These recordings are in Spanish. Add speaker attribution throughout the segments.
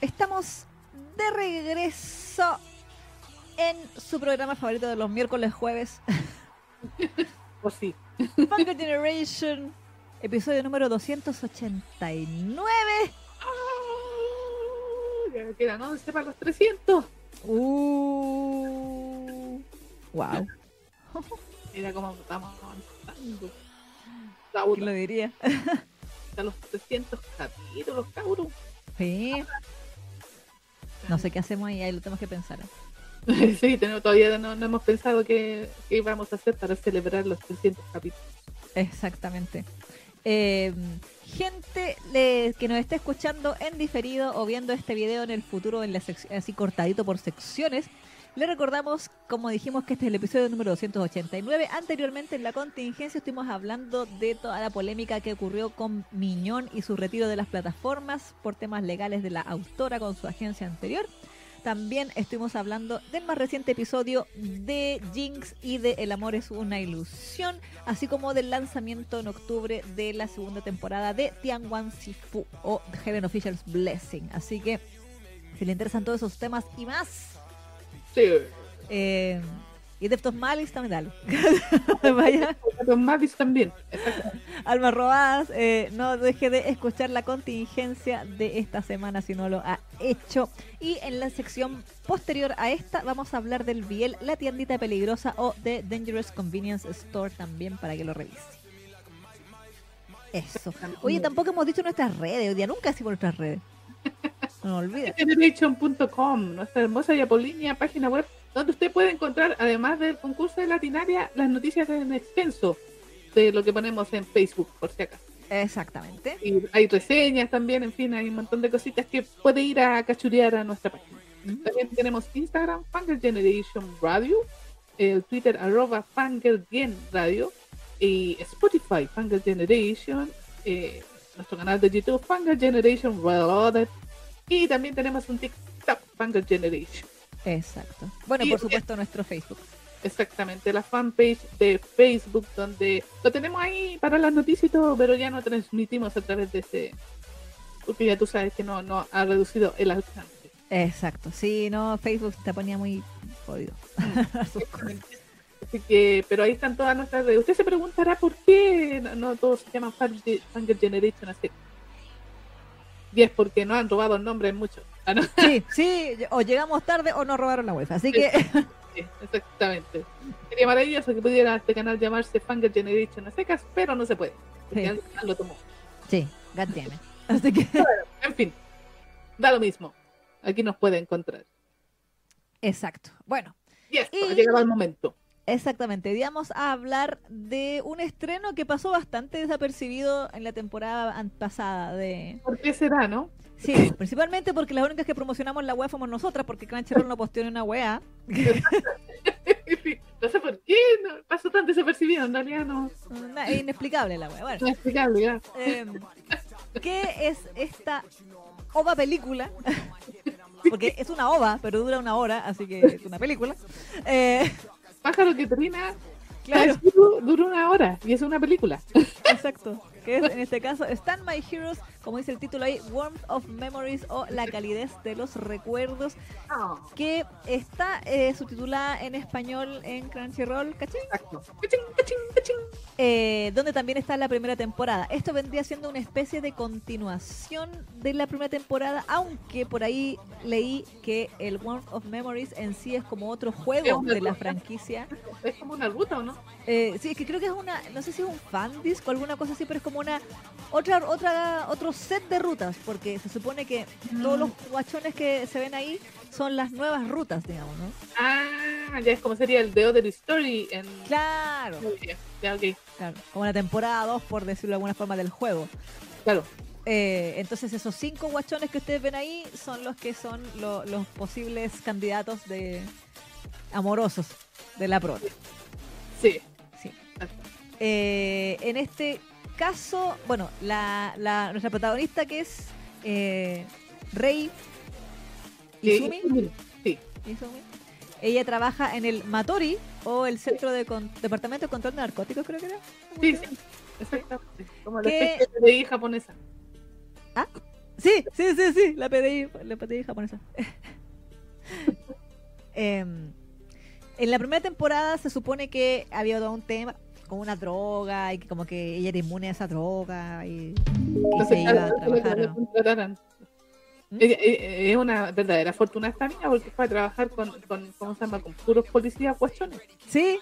Speaker 1: Estamos de regreso en su programa favorito de los miércoles jueves,
Speaker 2: Pues sí.
Speaker 1: Funko Generation, episodio número 289.
Speaker 2: Ya me quedan 11 para los 300.
Speaker 1: Uh, wow,
Speaker 2: Mira cómo estamos avanzando.
Speaker 1: ¿quién lo
Speaker 2: Cabrón,
Speaker 1: diría?
Speaker 2: hasta los 300 capítulos, cabrón.
Speaker 1: Sí. No sé qué hacemos ahí, ahí lo tenemos que pensar.
Speaker 2: Sí, tenemos, todavía no, no hemos pensado qué, qué íbamos a hacer para celebrar los 300 capítulos.
Speaker 1: Exactamente. Eh, gente le- que nos esté escuchando en diferido o viendo este video en el futuro, en la sec- así cortadito por secciones, le recordamos, como dijimos, que este es el episodio número 289. Anteriormente en la contingencia estuvimos hablando de toda la polémica que ocurrió con Miñón y su retiro de las plataformas por temas legales de la autora con su agencia anterior. También estuvimos hablando del más reciente episodio de Jinx y de El amor es una ilusión, así como del lanzamiento en octubre de la segunda temporada de Tianguan Sifu o Heaven Official's Blessing. Así que si le interesan todos esos temas y más,
Speaker 2: Sí,
Speaker 1: eh, y de estos males también dale. Vaya,
Speaker 2: los Mavis también.
Speaker 1: almas robadas, eh, no deje de escuchar la contingencia de esta semana si no lo ha hecho. Y en la sección posterior a esta vamos a hablar del Biel, la tiendita peligrosa o de Dangerous Convenience Store también para que lo revise. Eso. Oye, tampoco hemos dicho nuestras redes, hoy día nunca decimos nuestras redes. No olvides.
Speaker 2: Generation.com, nuestra hermosa y apolínea página web, donde usted puede encontrar, además del concurso de Latinaria, las noticias en extenso de lo que ponemos en Facebook, por si acaso.
Speaker 1: Exactamente.
Speaker 2: Y hay reseñas también, en fin, hay un montón de cositas que puede ir a cachurear a nuestra página. También tenemos Instagram, Fangirl Generation Radio, el Twitter, arroba Fangirl Gen Radio, y Spotify, Fangirl Generation, eh, nuestro canal de YouTube, Fangirl Generation Reloaded, y también tenemos un TikTok, Fangirl Generation.
Speaker 1: Exacto. Bueno,
Speaker 2: Y-
Speaker 1: por supuesto, nuestro Facebook.
Speaker 2: Exactamente, la fanpage de Facebook, donde lo tenemos ahí para las noticias y todo, pero ya no transmitimos a través de ese. Porque ya tú sabes que no, no ha reducido el alcance.
Speaker 1: Exacto. Sí, no, Facebook te ponía muy jodido. Sus cosas.
Speaker 2: Así que, pero ahí están todas nuestras redes. Usted se preguntará por qué no, no todos se llaman Fan- Fanger Generation así. Y es porque no han robado el nombre en muchos. Ah, no,
Speaker 1: Sí, sí, o llegamos tarde o nos robaron la wifi. Así que
Speaker 2: sí, exactamente. Sería maravilloso que pudiera este canal llamarse Fanger Generation a secas, pero no se puede. Porque
Speaker 1: Sí.
Speaker 2: alguien lo tomó.
Speaker 1: sí, goddammit. Así que
Speaker 2: En fin, da lo mismo. Aquí nos puede encontrar.
Speaker 1: exacto. Bueno,
Speaker 2: Y esto,
Speaker 1: Y-
Speaker 2: ha llegado el momento.
Speaker 1: exactamente. Y Vamos a hablar de un estreno que pasó bastante desapercibido en la temporada an- pasada de
Speaker 2: ¿Por qué será, no?
Speaker 1: Sí, principalmente porque las únicas que promocionamos la web fuimos nosotras porque Crunchyroll no posteó ni una wea.
Speaker 2: no sé por qué, no, pasó tan desapercibido, en realidad no,
Speaker 1: Una- Es inexplicable la wea. Bueno,
Speaker 2: no es explicable, ya.
Speaker 1: Em, ¿Qué es esta ova película? Porque es una ova, pero dura una hora, así que es una película. Eh,
Speaker 2: Pájaro que termina,
Speaker 1: claro,
Speaker 2: dura una hora y es una película.
Speaker 1: exacto. Que es, en este caso Stand My Heroes, como dice el título ahí, Warmth of Memories o La calidez de los recuerdos,
Speaker 2: Ah.
Speaker 1: que está eh, subtitulada en español en Crunchyroll, ¿cachai?
Speaker 2: Exacto. Cachín, cachín, cachín.
Speaker 1: Eh, donde también está la primera temporada. Esto vendría siendo una especie de continuación de la primera temporada, aunque por ahí leí que el Warmth of Memories en sí es como otro
Speaker 2: Es
Speaker 1: juego
Speaker 2: una
Speaker 1: de la
Speaker 2: ruta.
Speaker 1: franquicia.
Speaker 2: Es como una ruta, ¿o no?
Speaker 1: Eh, sí, es que creo que es una, no sé si es un fan disc o alguna cosa así, pero es como una otra otra otro set de rutas, porque se supone que todos los guachones que se ven ahí son las nuevas rutas, digamos, ¿no?
Speaker 2: Ah, ya es como sería el de Other Story en...
Speaker 1: Claro,
Speaker 2: Ya, ok,
Speaker 1: claro, como la temporada 2, por decirlo de alguna forma, del juego.
Speaker 2: claro.
Speaker 1: Eh, entonces esos cinco guachones que ustedes ven ahí son los que son lo- los posibles candidatos de amorosos de la prota.
Speaker 2: Sí,
Speaker 1: Sí.
Speaker 2: exacto.
Speaker 1: Eh, en este caso, bueno, la, la- nuestra protagonista que es eh, Rei Izumi,
Speaker 2: Sí, sí.
Speaker 1: Izumi, ella trabaja en el Matori o el Centro de Con- Departamento de Control de Narcóticos, creo que era.
Speaker 2: Sí, sí. Exactamente. Como
Speaker 1: ¿Qué?
Speaker 2: la PDI japonesa.
Speaker 1: Sí, sí, sí, sí, la PDI, la PDI japonesa. Em, en la primera temporada se supone que había todo un tema con una droga y que como que ella era inmune a esa droga y, y se
Speaker 2: Entonces,
Speaker 1: iba a
Speaker 2: claro, que
Speaker 1: trabajar.
Speaker 2: la
Speaker 1: ¿no?
Speaker 2: contrataran.
Speaker 1: ¿Mm?
Speaker 2: Ella- e- e- Es una verdadera fortuna esta niña porque fue a trabajar con, con ¿cómo se llama? Con puros policías cuestiones.
Speaker 1: Sí,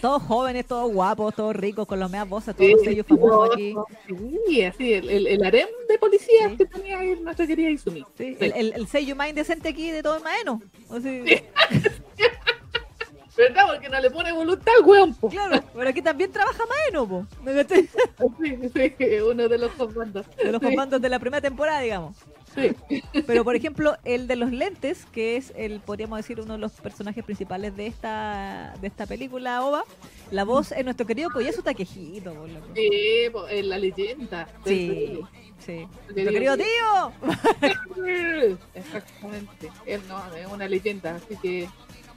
Speaker 1: todos jóvenes, todos guapos, todos ricos, con los meas voces, todos ellos famosos aquí.
Speaker 2: Sí, así, el, el, el harem de policías
Speaker 1: Sí.
Speaker 2: que tenía ahí nuestra querida Izumi.
Speaker 1: Sí,
Speaker 2: Sí.
Speaker 1: El, el, el seiyuu más indecente aquí de todo el maeno. O sea,
Speaker 2: ¿Verdad? Porque no le pone voluntad al weón, po.
Speaker 1: Claro, pero aquí también trabaja maeno, po. ¿Me cachai?
Speaker 2: Sí, sí, que uno de los comandos.
Speaker 1: De los
Speaker 2: Sí,
Speaker 1: comandos de la primera temporada, digamos.
Speaker 2: sí.
Speaker 1: Pero por ejemplo, el de los lentes, que es el, podríamos decir, uno de los personajes principales de esta, de esta película, OVA, la voz es nuestro querido Koyasu Takehito, por loco.
Speaker 2: Sí, po, es la leyenda.
Speaker 1: Sí, sí.
Speaker 2: Nuestro
Speaker 1: Nuestro querido tío.
Speaker 2: Exactamente. Él no, es una leyenda, así que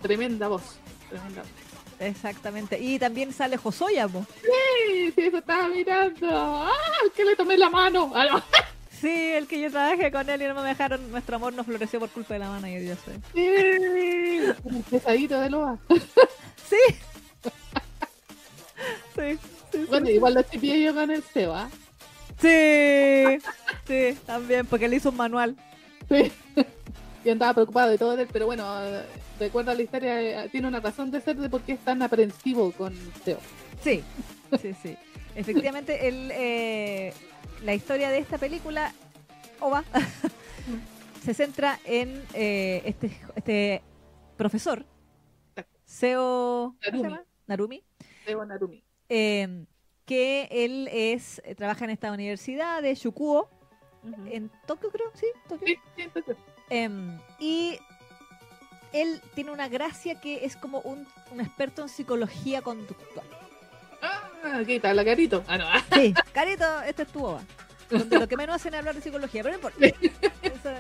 Speaker 2: tremenda voz. Tremenda voz.
Speaker 1: Exactamente. Y también sale Josoya, po.
Speaker 2: Sí, sí, eso estaba mirando. ¡Ah! Que le tomé la mano. Ah, no.
Speaker 1: Sí, el que yo trabajé con él y no me dejaron, nuestro amor no floreció por culpa de la mano, yo ya sé.
Speaker 2: Sí. Un pesadito de loa.
Speaker 1: Sí. Sí, sí,
Speaker 2: Bueno, igual lo chipié yo con el Seba.
Speaker 1: sí, sí, también, porque le hizo un manual.
Speaker 2: Sí. Yo andaba preocupado de todo él, pero bueno, recuerda la historia, eh, tiene una razón de ser de por qué es tan aprensivo con Seba.
Speaker 1: Sí, sí, sí. Efectivamente, el, eh, la historia de esta película, OVA, se centra en eh, este, este profesor, Seo ¿cómo se
Speaker 2: Narumi.
Speaker 1: llama? Narumi,
Speaker 2: Seba Narumi.
Speaker 1: eh, que él es eh, trabaja en esta universidad de Yukuo,
Speaker 2: Ujú.
Speaker 1: en Tokio creo, sí, Tokio.
Speaker 2: Sí, sí, entonces,
Speaker 1: Em, y él tiene una gracia que es como un, un experto en psicología conductual.
Speaker 2: Ah, aquí está, la carito. Ah, no. ah.
Speaker 1: Sí, Carito, este es tu boba. Donde lo que menos hacen es hablar de psicología, pero no importa. Eso es-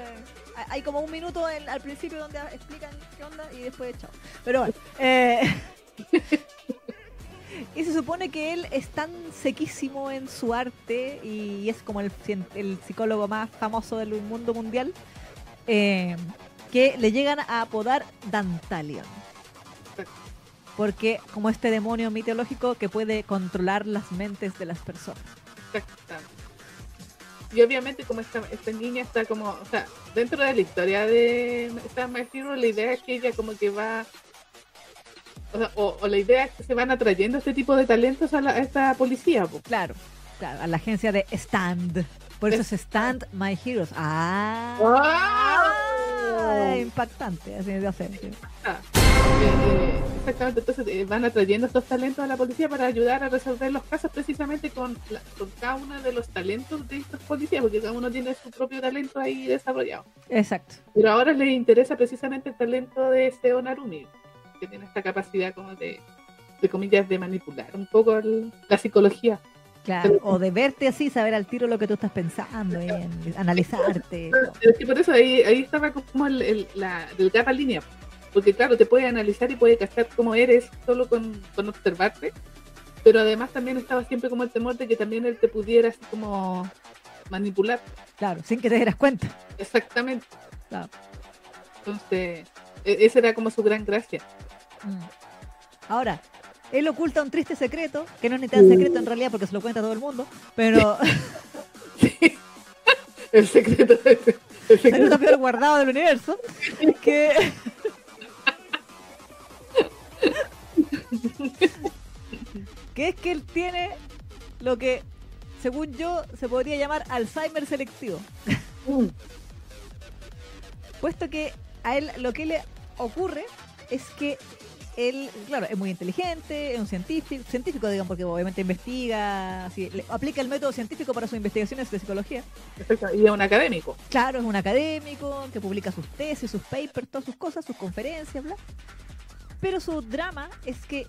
Speaker 1: hay- hay como un minuto en- al principio donde explican qué onda y después chao. Pero bueno. eh, y se supone que él es tan sequísimo en su arte y es como el, cien- el psicólogo más famoso del mundo mundial eh, que le llegan a apodar Dantalion. Porque como este demonio mitológico que puede controlar las mentes de las personas.
Speaker 2: Exactamente. Y obviamente como esta, esta niña está como, o sea, dentro de la historia de esta My Hero, la idea es que ella como que va, o, sea, o- o la idea es que se van atrayendo este tipo de talentos a, la- a esta policía. po.
Speaker 1: Claro, claro, a la agencia de Stand. Por eso es Stand My Heroes. ¡Ah!
Speaker 2: ¡Wow!
Speaker 1: Ah, Impactante, así de hacer. sí.
Speaker 2: Ah, eh, eh, exactamente, entonces eh, van atrayendo estos talentos a la policía para ayudar a resolver los casos precisamente con, la- con cada uno de los talentos de estos policías, porque cada uno tiene su propio talento ahí desarrollado.
Speaker 1: Exacto.
Speaker 2: Pero ahora les interesa precisamente el talento de Seo Narumi, que tiene esta capacidad como de, de comillas, de manipular un poco el- la psicología.
Speaker 1: Claro, o de verte así, saber al tiro lo que tú estás pensando, y en- analizarte.
Speaker 2: Es que por eso ahí, ahí estaba como el, el- la delgada línea, porque claro, te puede analizar y puede cachar cómo eres solo con, con observarte, pero además también estaba siempre como el temor de que también él te pudiera así como manipular.
Speaker 1: Claro, sin que te dieras cuenta.
Speaker 2: Exactamente.
Speaker 1: Claro.
Speaker 2: Entonces, e- esa era como su gran gracia.
Speaker 1: Mm. Ahora, él oculta un triste secreto, que no es ni tan secreto en realidad porque se lo cuenta todo el mundo, pero
Speaker 2: El secreto de- el
Speaker 1: es
Speaker 2: secreto
Speaker 1: lo peor guardado del universo, que... que es que él tiene lo que, según yo, se podría llamar Alzheimer selectivo.
Speaker 2: Mm.
Speaker 1: puesto que a él lo que le ocurre es que él, claro, es muy inteligente, es un científico, científico digan, porque obviamente investiga, así, le- aplica el método científico para sus investigaciones de psicología.
Speaker 2: Perfecto, Y es un académico.
Speaker 1: Claro, es un académico que publica sus tesis, sus papers, todas sus cosas, sus conferencias, bla. Pero su drama es que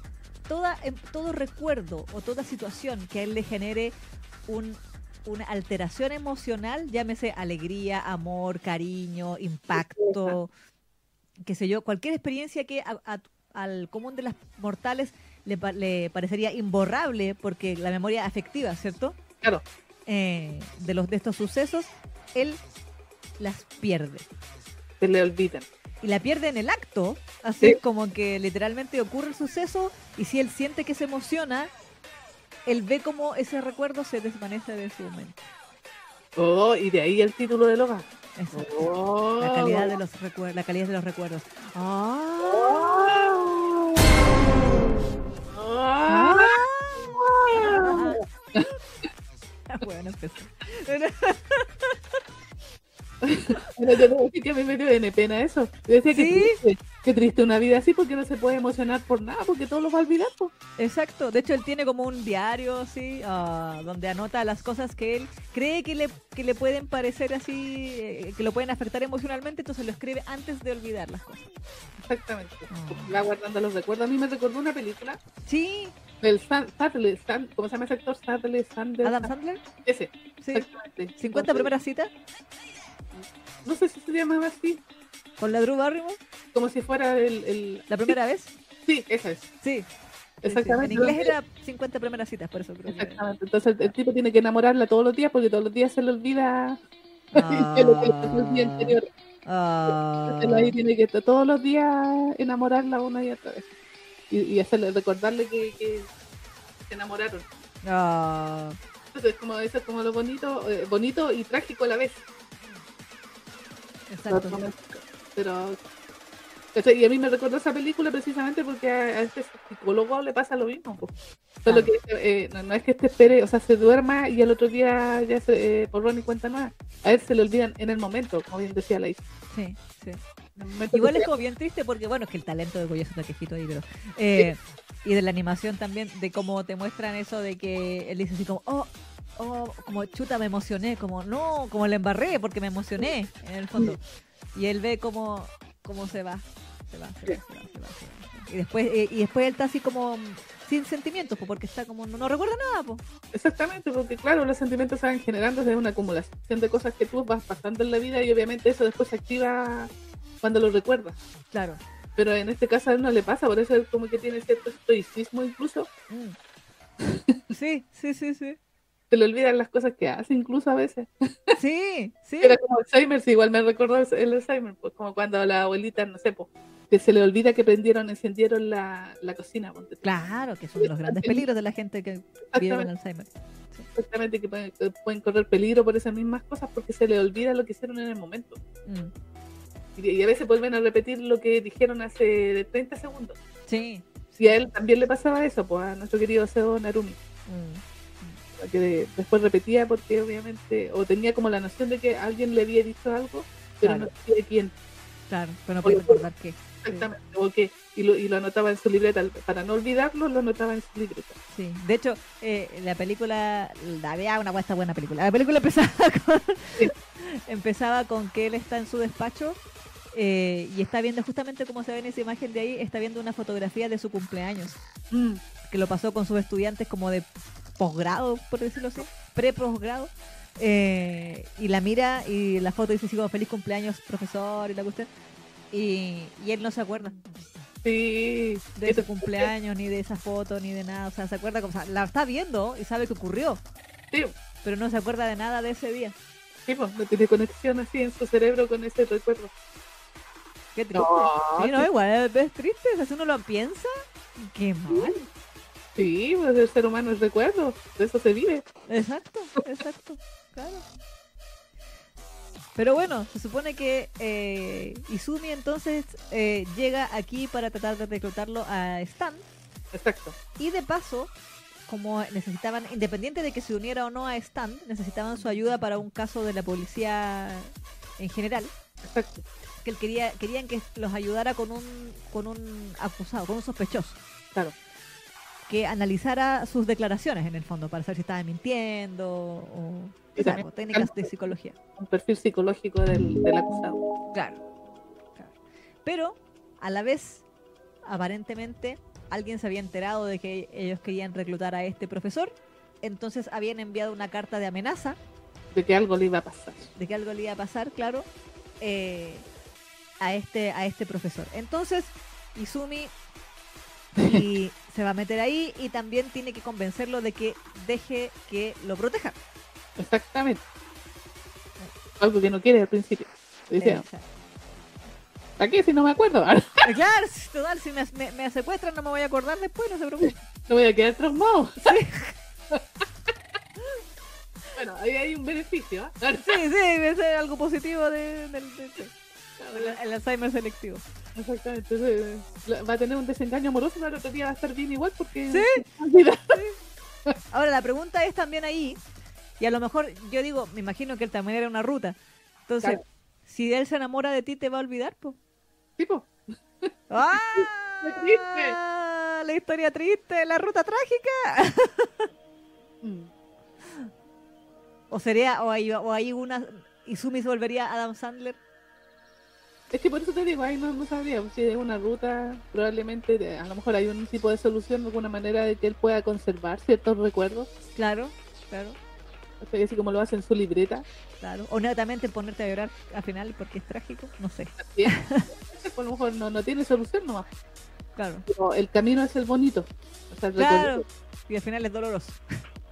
Speaker 1: toda, em- todo recuerdo o toda situación que a él le genere un- una alteración emocional, llámese alegría, amor, cariño, impacto, qué sé yo, cualquier experiencia que a- a- al común de las mortales le, pa- le parecería imborrable porque la memoria afectiva, ¿cierto?
Speaker 2: Claro.
Speaker 1: Eh, de los de estos sucesos, él las pierde.
Speaker 2: se le olvidan.
Speaker 1: Y la pierde en el acto, así
Speaker 2: Sí.
Speaker 1: como que literalmente ocurre el suceso y si él siente que se emociona, él ve como ese recuerdo se desvanece de su mente.
Speaker 2: Oh, y de ahí el título del hogar.
Speaker 1: Eso.
Speaker 2: Oh.
Speaker 1: La calidad de los recuer- la calidad de los recuerdos. Ah.
Speaker 2: Oh.
Speaker 1: Ah.
Speaker 2: Ah.
Speaker 1: Ah, bueno, empezó.
Speaker 2: Bueno, yo debo decir que a mí me dio N pena eso. Yo decía que
Speaker 1: Sí.
Speaker 2: triste, qué triste una vida así porque no se puede emocionar por nada, porque todo lo va a olvidar. pues". po.
Speaker 1: Exacto. De hecho, él tiene como un diario así, ah, donde anota las cosas que él cree que le, que le pueden parecer así, eh, que lo pueden afectar emocionalmente, entonces lo escribe antes de olvidar las cosas.
Speaker 2: Exactamente.
Speaker 1: Ah.
Speaker 2: Va guardando los recuerdos. A mí me recordó una película
Speaker 1: Sí,
Speaker 2: del San, Sadler, San- ¿cómo se llama ese actor? Sadler, Sanders,
Speaker 1: Adam Sandler.
Speaker 2: ese,
Speaker 1: Sí.
Speaker 2: exactamente.
Speaker 1: 50 primeras citas
Speaker 2: No sé si se llamaba así,
Speaker 1: con la Drew Barrymore,
Speaker 2: como si fuera el... el-
Speaker 1: la primera vez.
Speaker 2: Sí, esa es.
Speaker 1: Sí. sí, sí.
Speaker 2: Exactamente.
Speaker 1: En inglés era 50 primeras citas, por eso creo que-
Speaker 2: Exactamente. Entonces el, el tipo tiene que enamorarla todos los días porque todos los días se le olvida
Speaker 1: Ah.
Speaker 2: lo que le pasó el día anterior. Este
Speaker 1: Ah.
Speaker 2: Entonces, ahí tiene que estar todos los días enamorarla una y otra vez. Y, y hacerle, recordarle que, que se enamoraron.
Speaker 1: Ah.
Speaker 2: Entonces, como eso es como lo bonito, eh, bonito y trágico a la vez.
Speaker 1: Exacto.
Speaker 2: Pero. ¿cachai? Y a mí me recordó esa película precisamente porque a, a este psicólogo le pasa lo mismo. po. Solo que eh, no, no es que este espere, o sea, se duerma y al otro día ya se eh, borrón y cuenta nueva. A él se le olvidan en el momento, como bien decía la hija.
Speaker 1: Sí, sí.
Speaker 2: En el momento que
Speaker 1: Igual es
Speaker 2: sea-
Speaker 1: como bien triste porque, bueno, es que el talento de Goyazo Taquejito ahí, pero. eh, y de la animación también, de cómo te muestran eso de que él dice así como, oh, oh, como chuta, me emocioné, como no, como le embarré porque me emocioné en el fondo. Y él ve como, como se va, se va, se va, se va, se va. se va. Y después, eh, y después él está así como mm, sin sentimientos, po, porque está como, no, no recuerda nada, po.
Speaker 2: Exactamente, porque claro, los sentimientos se van generando desde una acumulación de cosas que tú vas pasando en la vida y obviamente eso después se activa cuando lo recuerdas.
Speaker 1: Claro.
Speaker 2: Pero en este caso a él no le pasa, por eso él como que tiene cierto estoicismo incluso.
Speaker 1: Mm. Sí, sí, sí, sí.
Speaker 2: Se le olvidan las cosas que hace incluso a veces.
Speaker 1: Sí, sí.
Speaker 2: Era como Alzheimer, sí, igual me recordó el Alzheimer, pues, como cuando la abuelita, no sé, pues, que se le olvida que prendieron, encendieron la, la cocina. pues, ponte tú.
Speaker 1: Claro, que son los grandes peligros de la gente que vive con
Speaker 2: Exactamente,
Speaker 1: Alzheimer.
Speaker 2: exactamente, que pueden, que pueden correr peligro por esas mismas cosas porque se le olvida lo que hicieron en el momento.
Speaker 1: Mm.
Speaker 2: Y, y a veces vuelven a repetir lo que dijeron hace 30 segundos.
Speaker 1: Sí.
Speaker 2: Y a él también le pasaba eso, pues a nuestro querido Seo Narumi,
Speaker 1: Mm.
Speaker 2: que de- después repetía porque obviamente, o tenía como la noción de que alguien le había dicho algo, pero
Speaker 1: Claro.
Speaker 2: no sabía de quién
Speaker 1: Claro, pero no puedes recordar que.
Speaker 2: exactamente, o qué, y lo, y lo anotaba en su libreta, para no olvidarlo, lo anotaba en su libreta.
Speaker 1: Sí. De hecho, eh, la película, la había una buena, buena película. La película empezaba con,
Speaker 2: Sí.
Speaker 1: empezaba con que él está en su despacho eh, y está viendo justamente como se ve en esa imagen de ahí, está viendo una fotografía de su cumpleaños Mm. que lo pasó con sus estudiantes como de posgrado, por decirlo así, pre-posgrado. eh, y la mira y la foto dice así como feliz cumpleaños, profesor, y la cuestión. Y, y él no se acuerda
Speaker 2: Sí,
Speaker 1: de su cumpleaños, ni de esa foto, ni de nada. O sea, se acuerda, como, o sea, la está viendo y sabe que ocurrió,
Speaker 2: Sí,
Speaker 1: pero no se acuerda de nada de ese día.
Speaker 2: sí, pues, no tiene conexión así en su cerebro con ese recuerdo.
Speaker 1: Qué triste.
Speaker 2: No,
Speaker 1: sí, no, igual es, es triste. O sea, si uno lo piensa, qué mal.
Speaker 2: sí, pues el ser humano es recuerdo, de eso se vive.
Speaker 1: Exacto, exacto, claro. Pero bueno, se supone que eh, Izumi entonces eh, llega aquí para tratar de reclutarlo a Stan
Speaker 2: Exacto.
Speaker 1: y de paso, como necesitaban, independiente de que se uniera o no a Stan, necesitaban su ayuda para un caso de la policía en general,
Speaker 2: Exacto.
Speaker 1: que él quería, querían que los ayudara con un, con un acusado, con un sospechoso.
Speaker 2: Claro.
Speaker 1: que analizara sus declaraciones en el fondo para saber si estaba mintiendo o
Speaker 2: Y
Speaker 1: o sea,
Speaker 2: también-
Speaker 1: o técnicas de psicología.
Speaker 2: Un perfil psicológico del, del acusado.
Speaker 1: Claro, claro. Pero a la vez, aparentemente, alguien se había enterado de que ellos querían reclutar a este profesor, entonces habían enviado una carta de amenaza
Speaker 2: De que algo le iba a pasar.
Speaker 1: de que algo le iba a pasar, claro, eh, a, este, a este profesor. Entonces, Izumi Y se va a meter ahí y también tiene que convencerlo de que deje que lo proteja.
Speaker 2: Exactamente. Algo que no quiere al principio. Dice, ¿para qué si no me acuerdo? no
Speaker 1: Eh, Claro, si- total, si me, me- me secuestran no me voy a acordar después, no se preocupe.
Speaker 2: voy a quedar traumado. bueno, ahí hay un beneficio. ¿eh?
Speaker 1: Sí, sí, debe ser algo positivo de- del de- de- el Alzheimer selectivo.
Speaker 2: Exactamente. Entonces, la- va a tener un desengaño amoroso, pero el otro día va a estar bien igual porque.
Speaker 1: Sí.
Speaker 2: Mira.
Speaker 1: Ahora, la pregunta es también ahí, y a lo mejor yo digo, me imagino que él también era una ruta. Entonces,
Speaker 2: Claro.
Speaker 1: si él se enamora de ti, te va a olvidar, po.
Speaker 2: Tipo, Qué
Speaker 1: ¡Ah! La historia triste, la ruta trágica.
Speaker 2: mm,
Speaker 1: O sería, o hay, o hay una. Izumi se volvería Adam Sandler.
Speaker 2: Es que por eso te digo, ahí no, no sabría. pues, Si es una ruta, probablemente de- a lo mejor hay un tipo de solución, alguna manera de que él pueda conservar ciertos recuerdos.
Speaker 1: Claro, claro,
Speaker 2: o sea, Así como lo hace en su libreta.
Speaker 1: claro. O netamente ponerte a llorar al final porque es trágico, no sé.
Speaker 2: También. pues, a lo mejor no, no tiene solución nomás.
Speaker 1: Claro,
Speaker 2: Pero el camino es el bonito. O sea, el
Speaker 1: claro.
Speaker 2: recorrido.
Speaker 1: Y al final es doloroso.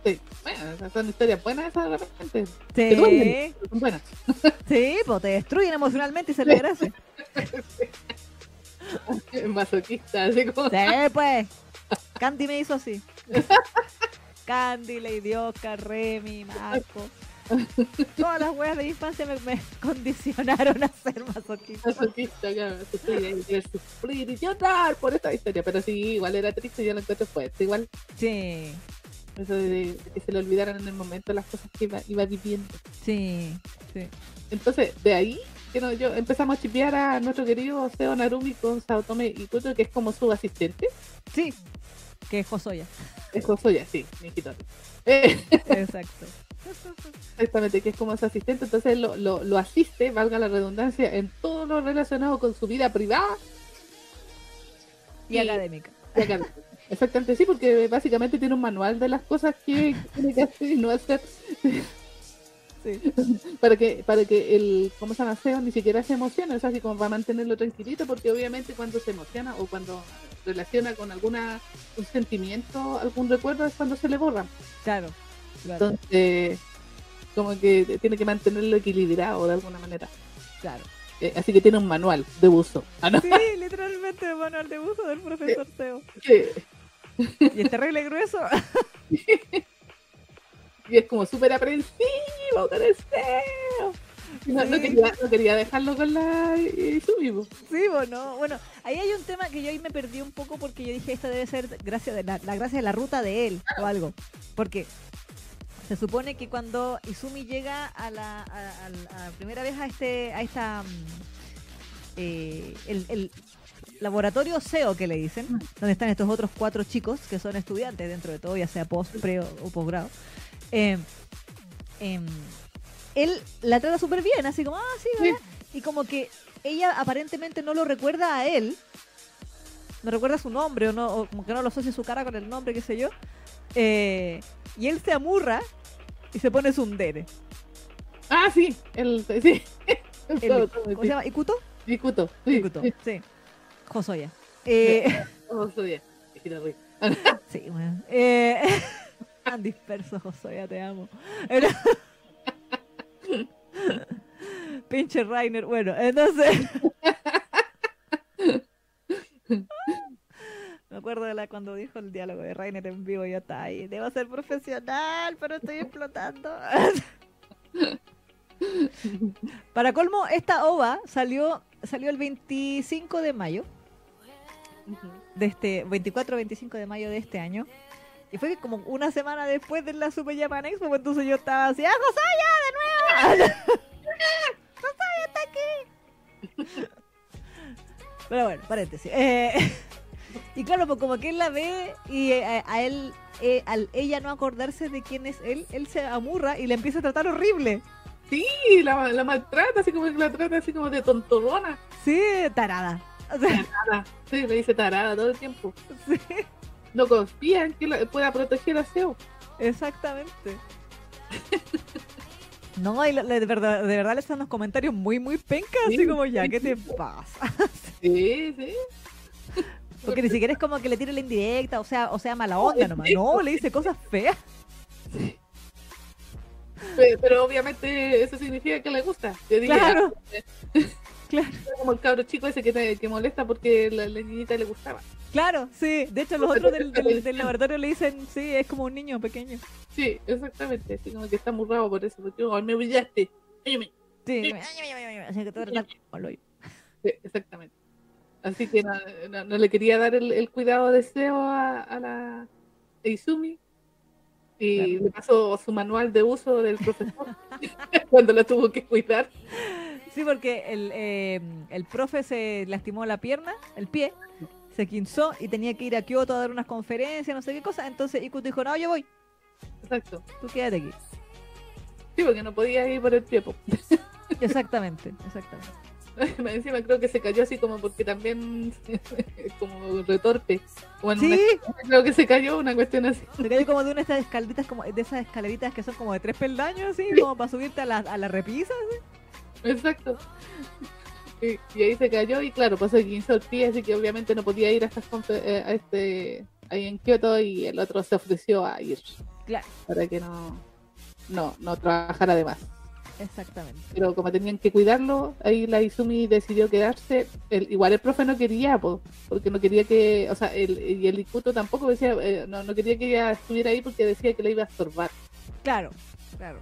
Speaker 2: Sí. Bueno, esas son historias buenas esas de repente. Te duelen,
Speaker 1: Sí,
Speaker 2: pero son buenas.
Speaker 1: sí, pues te destruyen emocionalmente y se
Speaker 2: Sí.
Speaker 1: lo agradece.
Speaker 2: Masoquista, así como.
Speaker 1: Sí, pues. Candy me hizo así. Candy, la idiota, Remy, Marco. Todas las weas de mi infancia me, me condicionaron a ser masoquista.
Speaker 2: masoquista, claro, sufrir, eh, querer sufrir y llorar por esta historia, pero sí, igual era triste, yo lo encuentro fuerte, igual
Speaker 1: Sí,
Speaker 2: eso de, de que se le olvidaran en el momento las cosas que iba, iba viviendo.
Speaker 1: sí.
Speaker 2: Entonces, de ahí que no, yo empezamos a chipear a nuestro querido Seo Narumi con Saotome y Kuto, que es como su asistente,
Speaker 1: Sí, que es Josoya.
Speaker 2: es Josuya, sí, mi Hitori. Eh,
Speaker 1: Exacto.
Speaker 2: Exactamente, que es como su asistente, entonces lo, lo, lo asiste, valga la redundancia, en todo lo relacionado con su vida privada
Speaker 1: Y, académica.
Speaker 2: y académica. Exactamente, sí, porque básicamente tiene un manual de las cosas que tiene que hacer y no hacer
Speaker 1: Sí.
Speaker 2: para que, para que el, ¿cómo se llama? Seo ni siquiera se emocione, o sea, así como va a mantenerlo tranquilito, porque obviamente cuando se emociona o cuando relaciona con alguna un sentimiento, algún recuerdo, es cuando se le borra.
Speaker 1: Claro. Claro.
Speaker 2: Entonces, como que tiene que mantenerlo equilibrado de alguna manera.
Speaker 1: claro.
Speaker 2: Eh, así que tiene un manual de uso. Ah, no,
Speaker 1: Sí, literalmente el manual de uso del profesor Teo.
Speaker 2: que-
Speaker 1: Y es terrible grueso.
Speaker 2: y es como súper aprensivo con el Seo. No, no
Speaker 1: Sí.
Speaker 2: quería, no quería dejarlo con la Izumi, po.
Speaker 1: Sí, bueno, bueno, ahí hay un tema que yo ahí me perdí un poco porque yo dije esta debe ser gracia de la, la gracia de la ruta de él o algo, porque se supone que cuando Izumi llega a la, a- a la- a primera vez a este a esta mm, eh, el, el laboratorio SEO que le dicen, donde están estos otros cuatro chicos que son estudiantes dentro de todo, ya sea post, pre o, o posgrado. eh, em, él la trata súper bien, así como, ah, sí,
Speaker 2: Sí.
Speaker 1: ¿verdad? Y como que ella aparentemente no lo recuerda a él, no recuerda su nombre o, no, o como que no lo asocia su cara con el nombre, qué sé yo. Eh, y él se amurra y se pone su ndere.
Speaker 2: Ah, sí, el, sí.
Speaker 1: El-
Speaker 2: Todo, todo,
Speaker 1: ¿Cómo
Speaker 2: sí.
Speaker 1: se llama? ¿Ikuto?
Speaker 2: Discuto.
Speaker 1: Ikuto, sí. Josoya. Eh,
Speaker 2: Oh,
Speaker 1: sí, bueno. Eh, tan disperso, Josoya, te amo. Era- Pinche Rainer. Bueno, entonces. Me acuerdo de la cuando dijo el diálogo de Rainer en vivo, yo estaba ahí. Debo ser profesional, pero estoy explotando. Para colmo, esta OVA salió, salió el 25 de mayo, de este 24-25 de mayo de este año. Y fue como una semana después de la Super Japan Expo, pues entonces yo estaba así, ¡Ah, Josaya, de nuevo! ¡Josaya está aquí! Pero bueno, paréntesis. Eh, y claro, pues como que él la ve y eh, a, a él, eh, al ella no acordarse de quién es él, él se amurra y le empieza a tratar horrible.
Speaker 2: Sí, la, la maltrata, así como que la trata así como de tontorona.
Speaker 1: Sí, tarada. O sea,
Speaker 2: Tarada. Sí, le dice tarada todo el tiempo. No confía en que la- pueda proteger a Seo.
Speaker 1: Exactamente. No, y lo- le- de verdad, de verdad le están los comentarios muy, muy pencas, así
Speaker 2: Sí,
Speaker 1: como ya,
Speaker 2: sí,
Speaker 1: ¿qué te
Speaker 2: sí.
Speaker 1: pasa?
Speaker 2: Sí, sí.
Speaker 1: Porque ni siquiera es como que le tire la indirecta, o sea, o sea, mala onda nomás. No, le dice cosas feas.
Speaker 2: Pero, pero obviamente eso significa que le gusta. Yo dije,
Speaker 1: Claro.
Speaker 2: ah,
Speaker 1: Claro,
Speaker 2: era como el cabro chico ese que, te- que molesta porque la, la niñita le gustaba.
Speaker 1: claro, sí. De hecho, los
Speaker 2: Pues,
Speaker 1: otros del, del- del laboratorio le dicen, sí, es como un niño pequeño.
Speaker 2: Sí, exactamente. Así como que está murrado por eso. Porque "Ay, me humillaste. Óyeme".
Speaker 1: Sí, así que te voy a tratar como el hoyo.
Speaker 2: Sí, exactamente. Así que no, no- no le quería dar el, el cuidado deseo a, a la a Izumi. Y
Speaker 1: Claro.
Speaker 2: le pasó su manual de uso del profesor cuando la tuvo que cuidar.
Speaker 1: Sí, porque el, eh, el profe se lastimó la pierna, el pie, se quinzó y tenía que ir a Kioto a dar unas conferencias, no sé qué cosa. Entonces Iku dijo, no, yo voy,
Speaker 2: Exacto.
Speaker 1: tú quédate aquí.
Speaker 2: Sí, porque no podía ir por el pie. po.
Speaker 1: Exactamente, exactamente.
Speaker 2: Más Encima creo que se cayó así como porque también como retorpe. Bueno,
Speaker 1: Sí,
Speaker 2: creo que se cayó una cuestión así.
Speaker 1: se cayó como de una de estas escaleritas, como de esas escaleritas que son como de tres peldaños, así, como para subirte a la, a la repisa.
Speaker 2: Exacto. Y, y ahí se cayó y claro, pasó 15 al pie, así que obviamente no podía ir a, estas confe- eh, a este ahí en Kioto y el otro se ofreció a ir.
Speaker 1: Claro.
Speaker 2: Para que no no, no trabajara de más.
Speaker 1: Exactamente.
Speaker 2: Pero como tenían que cuidarlo, ahí la Izumi decidió quedarse. El- igual el profe no quería, po, porque no quería que, o sea, el, y el Ikuto tampoco decía, eh, no, no quería que ella estuviera ahí porque decía que le iba a estorbar.
Speaker 1: Claro, claro.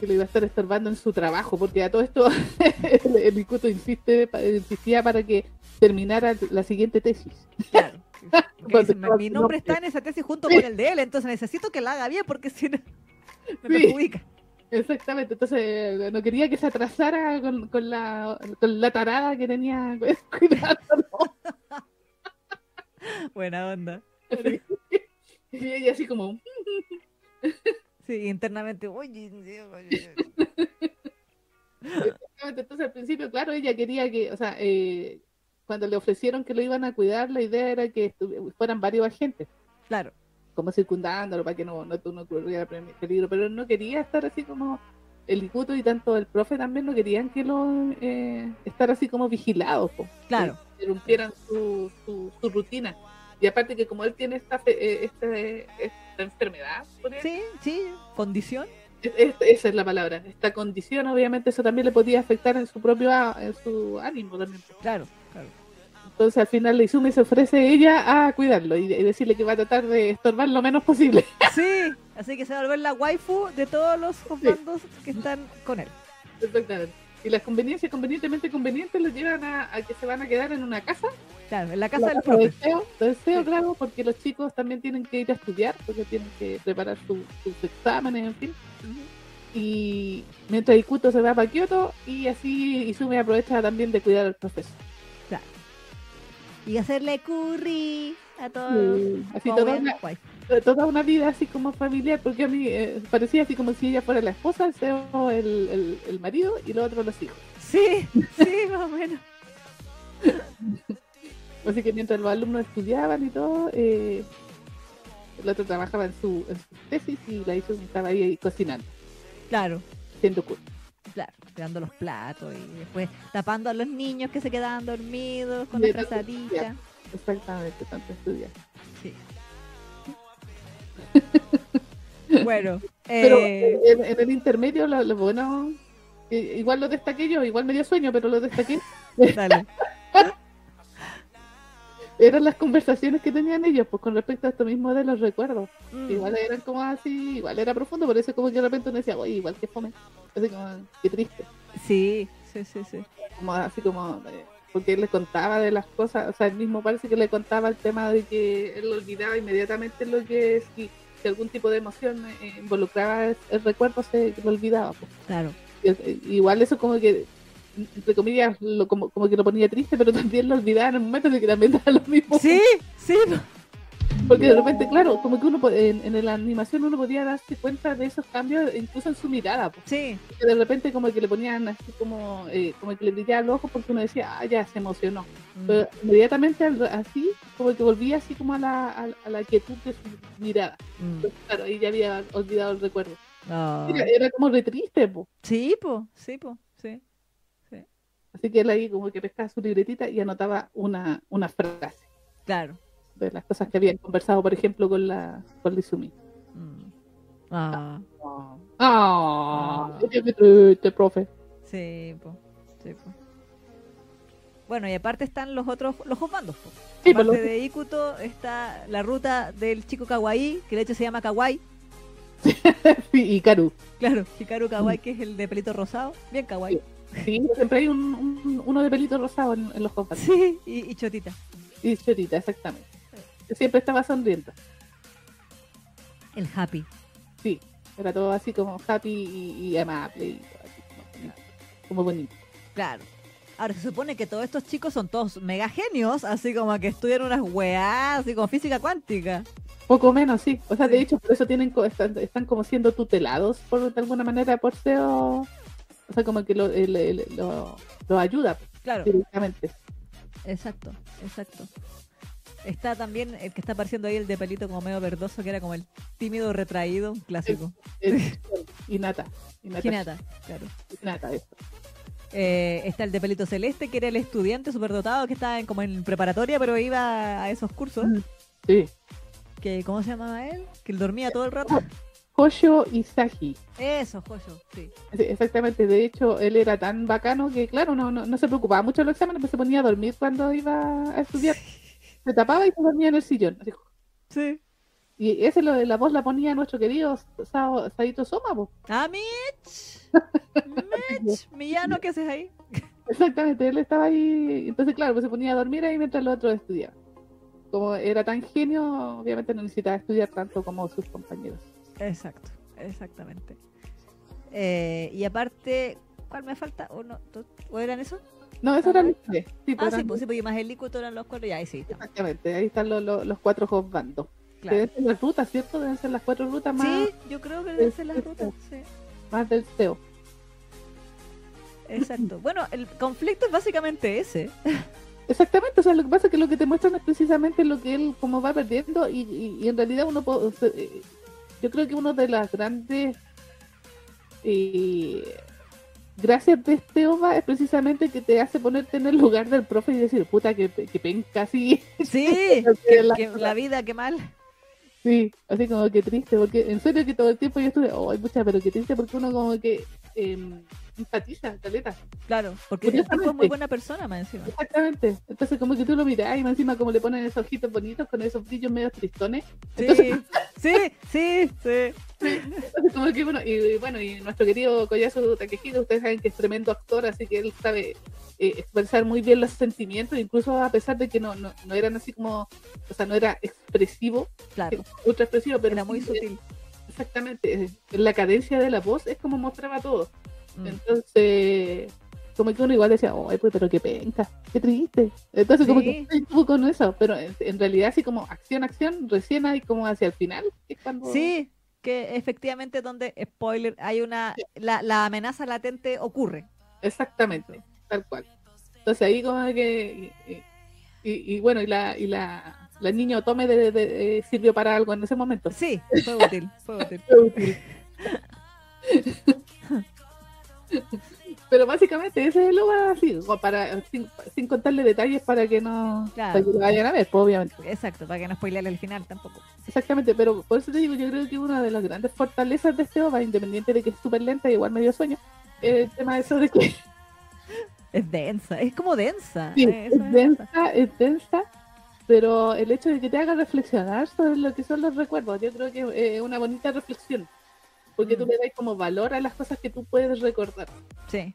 Speaker 2: que le iba a estar estorbando en su trabajo, porque a todo esto el, el Micuto insiste, pa- insistía para que terminara la siguiente tesis.
Speaker 1: claro. Porque dicen,
Speaker 2: estaba
Speaker 1: mi nombre
Speaker 2: su nombre".
Speaker 1: está en esa tesis junto
Speaker 2: Sí.
Speaker 1: con el de él, entonces necesito que la haga bien porque si no me
Speaker 2: Sí.
Speaker 1: perjudica.
Speaker 2: Exactamente, entonces eh, no quería que se atrasara con, con la, con la tarada que tenía cuidándolo.
Speaker 1: Buena onda.
Speaker 2: Y ella así como,
Speaker 1: Sí, internamente, oye,
Speaker 2: entonces al principio, claro, ella quería que, o sea, eh, cuando le ofrecieron que lo iban a cuidar, la idea era que estu- fueran varios agentes.
Speaker 1: claro,
Speaker 2: como circundándolo para que no, no, no ocurriera pre- peligro, pero él no quería estar así como el Icuto y tanto el profe también no querían que lo eh, estar así como vigilados, po,
Speaker 1: claro,
Speaker 2: que interrumpieran su, su, su rutina. Y aparte que como él tiene esta, fe- eh, esta, eh, esta enfermedad, por él,
Speaker 1: sí, sí, condición,
Speaker 2: es- es- esa es la palabra, esta condición obviamente eso también le podía afectar en su propio a- en su ánimo también. po.
Speaker 1: claro, claro,
Speaker 2: Entonces al final la Izumi se ofrece ella a cuidarlo y, y decirle que va a tratar de estorbar lo menos posible.
Speaker 1: sí, así que se va a volver la waifu de todos los comandos que están con él,
Speaker 2: Exactamente. Y las conveniencias, convenientemente convenientes, los llevan a, a que se van a quedar en una casa.
Speaker 1: claro, en la casa del
Speaker 2: de
Speaker 1: profe,
Speaker 2: deseo, de deseo,
Speaker 1: Sí.
Speaker 2: claro, porque los chicos también tienen que ir a estudiar, porque tienen que preparar su- sus exámenes, en fin. Y mientras Ikuto se va para Kioto, y así Izumi aprovecha también de cuidar al profesor.
Speaker 1: y hacerle curry a todos,
Speaker 2: Y Así
Speaker 1: como
Speaker 2: toda
Speaker 1: buena
Speaker 2: una,
Speaker 1: waifu.
Speaker 2: toda una vida así como familiar, porque a mí eh, parecía así como si ella fuera la esposa, el CEO, el, el, el marido, y los otros los hijos.
Speaker 1: Sí, sí, más o menos,
Speaker 2: Así que mientras los alumnos estudiaban y todo, eh, el otro trabajaba en su, en su tesis y la hizo estaba ahí, ahí cocinando,
Speaker 1: claro,
Speaker 2: haciendo curso.
Speaker 1: claro, tirando los platos y después tapando a los niños que se quedaban dormidos con
Speaker 2: Sí,
Speaker 1: la
Speaker 2: tanto
Speaker 1: trazadita,
Speaker 2: estudiar. Exactamente, tanto estudiar.
Speaker 1: sí. Bueno,
Speaker 2: Pero
Speaker 1: eh,
Speaker 2: eh, en, en el intermedio, lo, lo bueno, eh, igual lo destaqué yo, igual me dio sueño, pero lo destaqué.
Speaker 1: dale.
Speaker 2: Eran las conversaciones que tenían ellos, pues con respecto a esto mismo de los recuerdos.
Speaker 1: Mm.
Speaker 2: Igual eran como así, igual era profundo, por eso como que de repente uno decía, oye, igual que fome. Así como, qué triste.
Speaker 1: Sí, sí, sí, sí.
Speaker 2: como así como eh, porque él le contaba de las cosas, o sea, él mismo parece que le contaba el tema de que él olvidaba inmediatamente lo que es y que algún tipo de emoción eh, involucraba el, el recuerdo se lo olvidaba. pues.
Speaker 1: Claro.
Speaker 2: Y, eh, igual eso como que entre comillas lo, como, como que lo ponía triste, pero también lo olvidaba en el momento de que también daba lo mismo.
Speaker 1: Sí, sí. po.
Speaker 2: Porque de repente, claro, como que uno po- en, en la animación uno podía darse cuenta de esos cambios incluso en su mirada. pues
Speaker 1: Sí,
Speaker 2: que de repente como que le ponían así como eh, como que le brillaba el ojo porque uno decía ah ya se emocionó
Speaker 1: Mm,
Speaker 2: pero inmediatamente al- así como que volvía así como a la, a, la- a la quietud de su mirada
Speaker 1: mm.
Speaker 2: Pero claro ahí ya había olvidado el recuerdo
Speaker 1: Ah.
Speaker 2: era, era como re triste po.
Speaker 1: Sí, po, sí, po, sí.
Speaker 2: así que él ahí como que pescaba su libretita y anotaba una una frase
Speaker 1: Claro.
Speaker 2: de las cosas que habían conversado, por ejemplo, con la con Lizumi.
Speaker 1: Mm. Ah,
Speaker 2: Ah,
Speaker 1: Ah.
Speaker 2: es muy triste, profe.
Speaker 1: sí, po. sí, po. Bueno, y aparte están los otros, los dos bandos. po.
Speaker 2: Sí, por
Speaker 1: aparte
Speaker 2: lo-
Speaker 1: de Ikuto está la ruta del chico kawaii, que de hecho se llama kawaii.
Speaker 2: y Karu.
Speaker 1: Claro, Hikaru kawaii, que es el de pelito rosado. Bien kawaii.
Speaker 2: Sí, siempre hay un, un- uno de pelito rosado en, en los combates.
Speaker 1: Sí, y, y chotita.
Speaker 2: Y Chorita, exactamente. Que Siempre estaba sonriendo.
Speaker 1: El happy.
Speaker 2: Sí, era todo así como happy y, y amable. y todo así como, como bonito.
Speaker 1: Claro. Ahora se supone que todos estos chicos son todos mega genios, así como que estudian unas weás, así como física cuántica.
Speaker 2: Poco menos, sí. O sea, de
Speaker 1: Sí.
Speaker 2: hecho, por eso tienen co- están, están como siendo tutelados por de alguna manera por SEO. O sea, como que lo, el- el- lo, lo ayuda pues,
Speaker 1: Claro,
Speaker 2: directamente.
Speaker 1: exacto, exacto. Está también el que está apareciendo ahí, el de pelito como medio verdoso, que era como el tímido retraído, un clásico.
Speaker 2: Es- Y nata. Y nata.
Speaker 1: Hinata, claro.
Speaker 2: y nata, eso.
Speaker 1: Eh, está el de pelito celeste, que era el estudiante superdotado que estaba en- como en preparatoria, pero iba a esos cursos.
Speaker 2: Mm. Sí.
Speaker 1: Que, ¿Cómo se llamaba él? Que él dormía todo el rato.
Speaker 2: Hoyo Isagi.
Speaker 1: Eso, joyo, sí.
Speaker 2: Sí, Exactamente, de hecho él era tan bacano que claro, no, no, no se preocupaba mucho de los exámenes, pero se ponía a dormir cuando iba a estudiar. Se tapaba y se dormía en el sillón. Así,
Speaker 1: Sí.
Speaker 2: Y ese lo de la voz la ponía nuestro querido Sao- Saito Soma. po.
Speaker 1: Ah, Mitch. Mitch, Millano, ¿qué haces ahí?
Speaker 2: Exactamente, él estaba ahí, entonces claro, pues se ponía a dormir ahí mientras los otros estudiaban. Como era tan genio, obviamente no necesitaba estudiar tanto como sus compañeros.
Speaker 1: Exacto, exactamente. Eh, y aparte, ¿cuál me falta? ¿Uno, dos, ¿O eran esos?
Speaker 2: No, eso
Speaker 1: Ajá.
Speaker 2: era el tres. Sí,
Speaker 1: Ah,
Speaker 2: pues,
Speaker 1: sí,
Speaker 2: eran-
Speaker 1: pues, sí, pues, y más el licuto eran los cuatro, ya ahí sí, estamos,
Speaker 2: Exactamente, ahí están los, los, los cuatro bandos.
Speaker 1: claro.
Speaker 2: Deben ser las rutas, ¿cierto? Deben ser las cuatro rutas más,
Speaker 1: Sí, yo creo que deben ser las rutas, sí.
Speaker 2: más del E SEO.
Speaker 1: Exacto. Bueno, el conflicto es básicamente ese.
Speaker 2: Exactamente, o sea, lo que pasa es que lo que te muestran es precisamente lo que él como va perdiendo y, y- y en realidad uno po- se- eh, yo creo que uno de las grandes eh, gracias de este OVA es precisamente que te hace ponerte en el lugar del profe y decir, puta, que, que penca así.
Speaker 1: Sí, que, que la vida, qué mal.
Speaker 2: Sí, así como que triste, porque en serio que todo el tiempo yo estuve, ay, pucha, pero qué triste, porque uno como que eh, empatiza, caleta.
Speaker 1: Claro, porque el tipo es muy
Speaker 2: Curiosamente.
Speaker 1: buena persona, más encima.
Speaker 2: Exactamente. Entonces, como que tú lo mirás y más encima, como le ponen esos ojitos bonitos con esos brillos medio tristones.
Speaker 1: Sí,
Speaker 2: Entonces,
Speaker 1: sí, sí, sí.
Speaker 2: entonces como que bueno, y, y bueno, y nuestro querido Koyasu Takehiro, ustedes saben que es tremendo actor, así que él sabe eh, expresar muy bien los sentimientos, incluso a pesar de que no, no, no eran así como, o sea, no era expresivo,
Speaker 1: Claro,
Speaker 2: ultra expresivo, pero
Speaker 1: era muy
Speaker 2: sí,
Speaker 1: sutil.
Speaker 2: Exactamente, eh, la cadencia de la voz es como mostraba todo.
Speaker 1: Mm.
Speaker 2: Entonces, como que uno igual decía, ay, pues, pero qué penca, qué triste. Entonces, como
Speaker 1: Sí.
Speaker 2: que estuvo con eso, pero en, en realidad, así como acción, acción, recién hay como hacia el final, es cuando.
Speaker 1: Sí, que efectivamente donde, spoiler, hay una, la, la amenaza latente ocurre.
Speaker 2: Exactamente, tal cual. Entonces, ahí como que. Y, y- y bueno, y la, y la, la niña Otome de- de- de- sirvió para algo en ese momento.
Speaker 1: Sí, fue útil, fue útil.
Speaker 2: Fue útil. Pero básicamente ese es el OVA así, como para, sin, sin contarle detalles para que no
Speaker 1: Claro.
Speaker 2: para que lo vayan a ver, pues, obviamente.
Speaker 1: Exacto, para que no spoilearle el final tampoco.
Speaker 2: Exactamente, pero por eso te digo, yo creo que una de las grandes fortalezas de este OVA, independiente de que es súper lenta y igual me dio sueño, es el tema de eso de que
Speaker 1: Es densa, es como densa.
Speaker 2: sí,
Speaker 1: eh, eso
Speaker 2: es densa, es densa, pero el hecho de que te haga reflexionar sobre lo que son los recuerdos, yo creo que eh, es una bonita reflexión, porque tú
Speaker 1: Mm.
Speaker 2: le das como valor a las cosas que tú puedes recordar.
Speaker 1: Sí,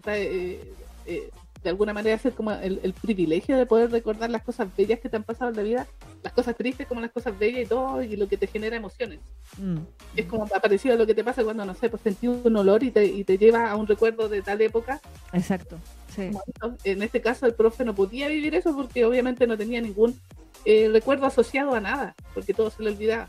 Speaker 2: o sea, eh, eh, de alguna manera hacer como el, el privilegio de poder recordar las cosas bellas que te han pasado en la vida, las cosas tristes como las cosas bellas y todo, y lo que te genera emociones.
Speaker 1: mm,
Speaker 2: Es como parecido a lo que te pasa cuando, no sé, pues sentí un olor y te, y te lleva a un recuerdo de tal época.
Speaker 1: exacto. Sí,
Speaker 2: como esto. En este caso el profe no podía vivir eso porque obviamente no tenía ningún eh, recuerdo asociado a nada, porque todo se le olvidaba.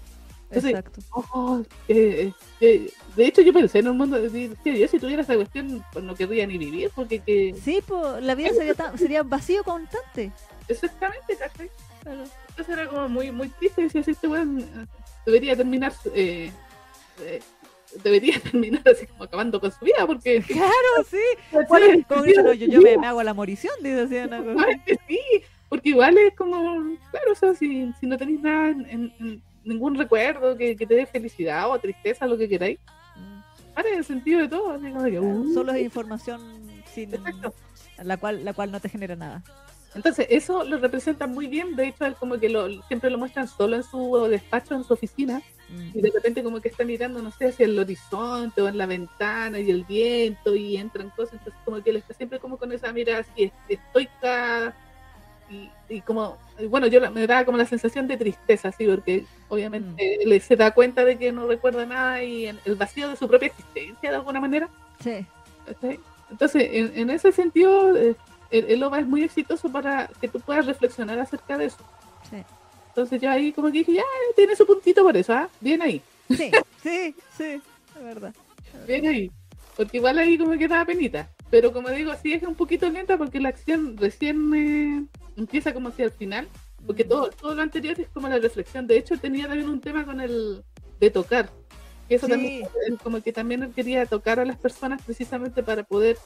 Speaker 2: Entonces,
Speaker 1: exacto.
Speaker 2: oh, eh, eh, de hecho yo pensé en un mundo, dije, yo si tuviera esa cuestión pues, no querría ni vivir porque que,
Speaker 1: Sí, pues la vida sería, tan- sería vacío constante.
Speaker 2: Exactamente, ¿cachai?
Speaker 1: Claro.
Speaker 2: Entonces era como muy, muy triste decía, "Sí, este weón eh, debería terminar, eh, eh, debería terminar así como acabando con su vida, porque
Speaker 1: Claro, sí.
Speaker 2: ¿cuál es el
Speaker 1: Como que dice,
Speaker 2: sentido
Speaker 1: no,
Speaker 2: de
Speaker 1: yo,
Speaker 2: su
Speaker 1: yo me,
Speaker 2: vida?
Speaker 1: me hago la morición, dice así una cosa.
Speaker 2: Exactamente, sí, Porque igual es como, claro, o sea, si, si no tenéis nada, en, en- en ningún recuerdo que, que te dé felicidad o tristeza, lo que queráis, vale el sentido de todo. así como que, uh,
Speaker 1: Mm, Solo es información sin
Speaker 2: Exacto.
Speaker 1: la cual la cual no te genera nada.
Speaker 2: Entonces, eso lo representan muy bien. De hecho, él como que lo, siempre lo muestran solo en su despacho, en su oficina.
Speaker 1: Mm.
Speaker 2: Y de repente, como que está mirando, no sé, hacia el horizonte o en la ventana y el viento y entran cosas. Entonces, como que él está siempre como con esa mirada así estoica. Y, y como, y bueno, yo la- me da como la sensación de tristeza, sí, porque obviamente él se da cuenta de que no recuerda nada y en el vacío de su propia existencia de alguna manera.
Speaker 1: Sí.
Speaker 2: ¿cachai? Entonces, en, en ese sentido, eh, el, el OVA es muy exitoso para que tú puedas reflexionar acerca de eso.
Speaker 1: Sí.
Speaker 2: Entonces yo ahí como que dije, ya, tiene su puntito por eso, ¿ah? Bien ahí,
Speaker 1: Sí, sí, sí, es verdad.
Speaker 2: bien ahí. Porque igual ahí como que daba penita. Pero como digo, sí es un poquito lenta porque la acción recién eh, empieza como hacia el final. Porque
Speaker 1: Mm.
Speaker 2: todo, todo lo anterior es como la reflexión. De hecho, tenía también un tema con el de tocar. Que eso
Speaker 1: Sí.
Speaker 2: también, él como que también él quería tocar a las personas precisamente para poder,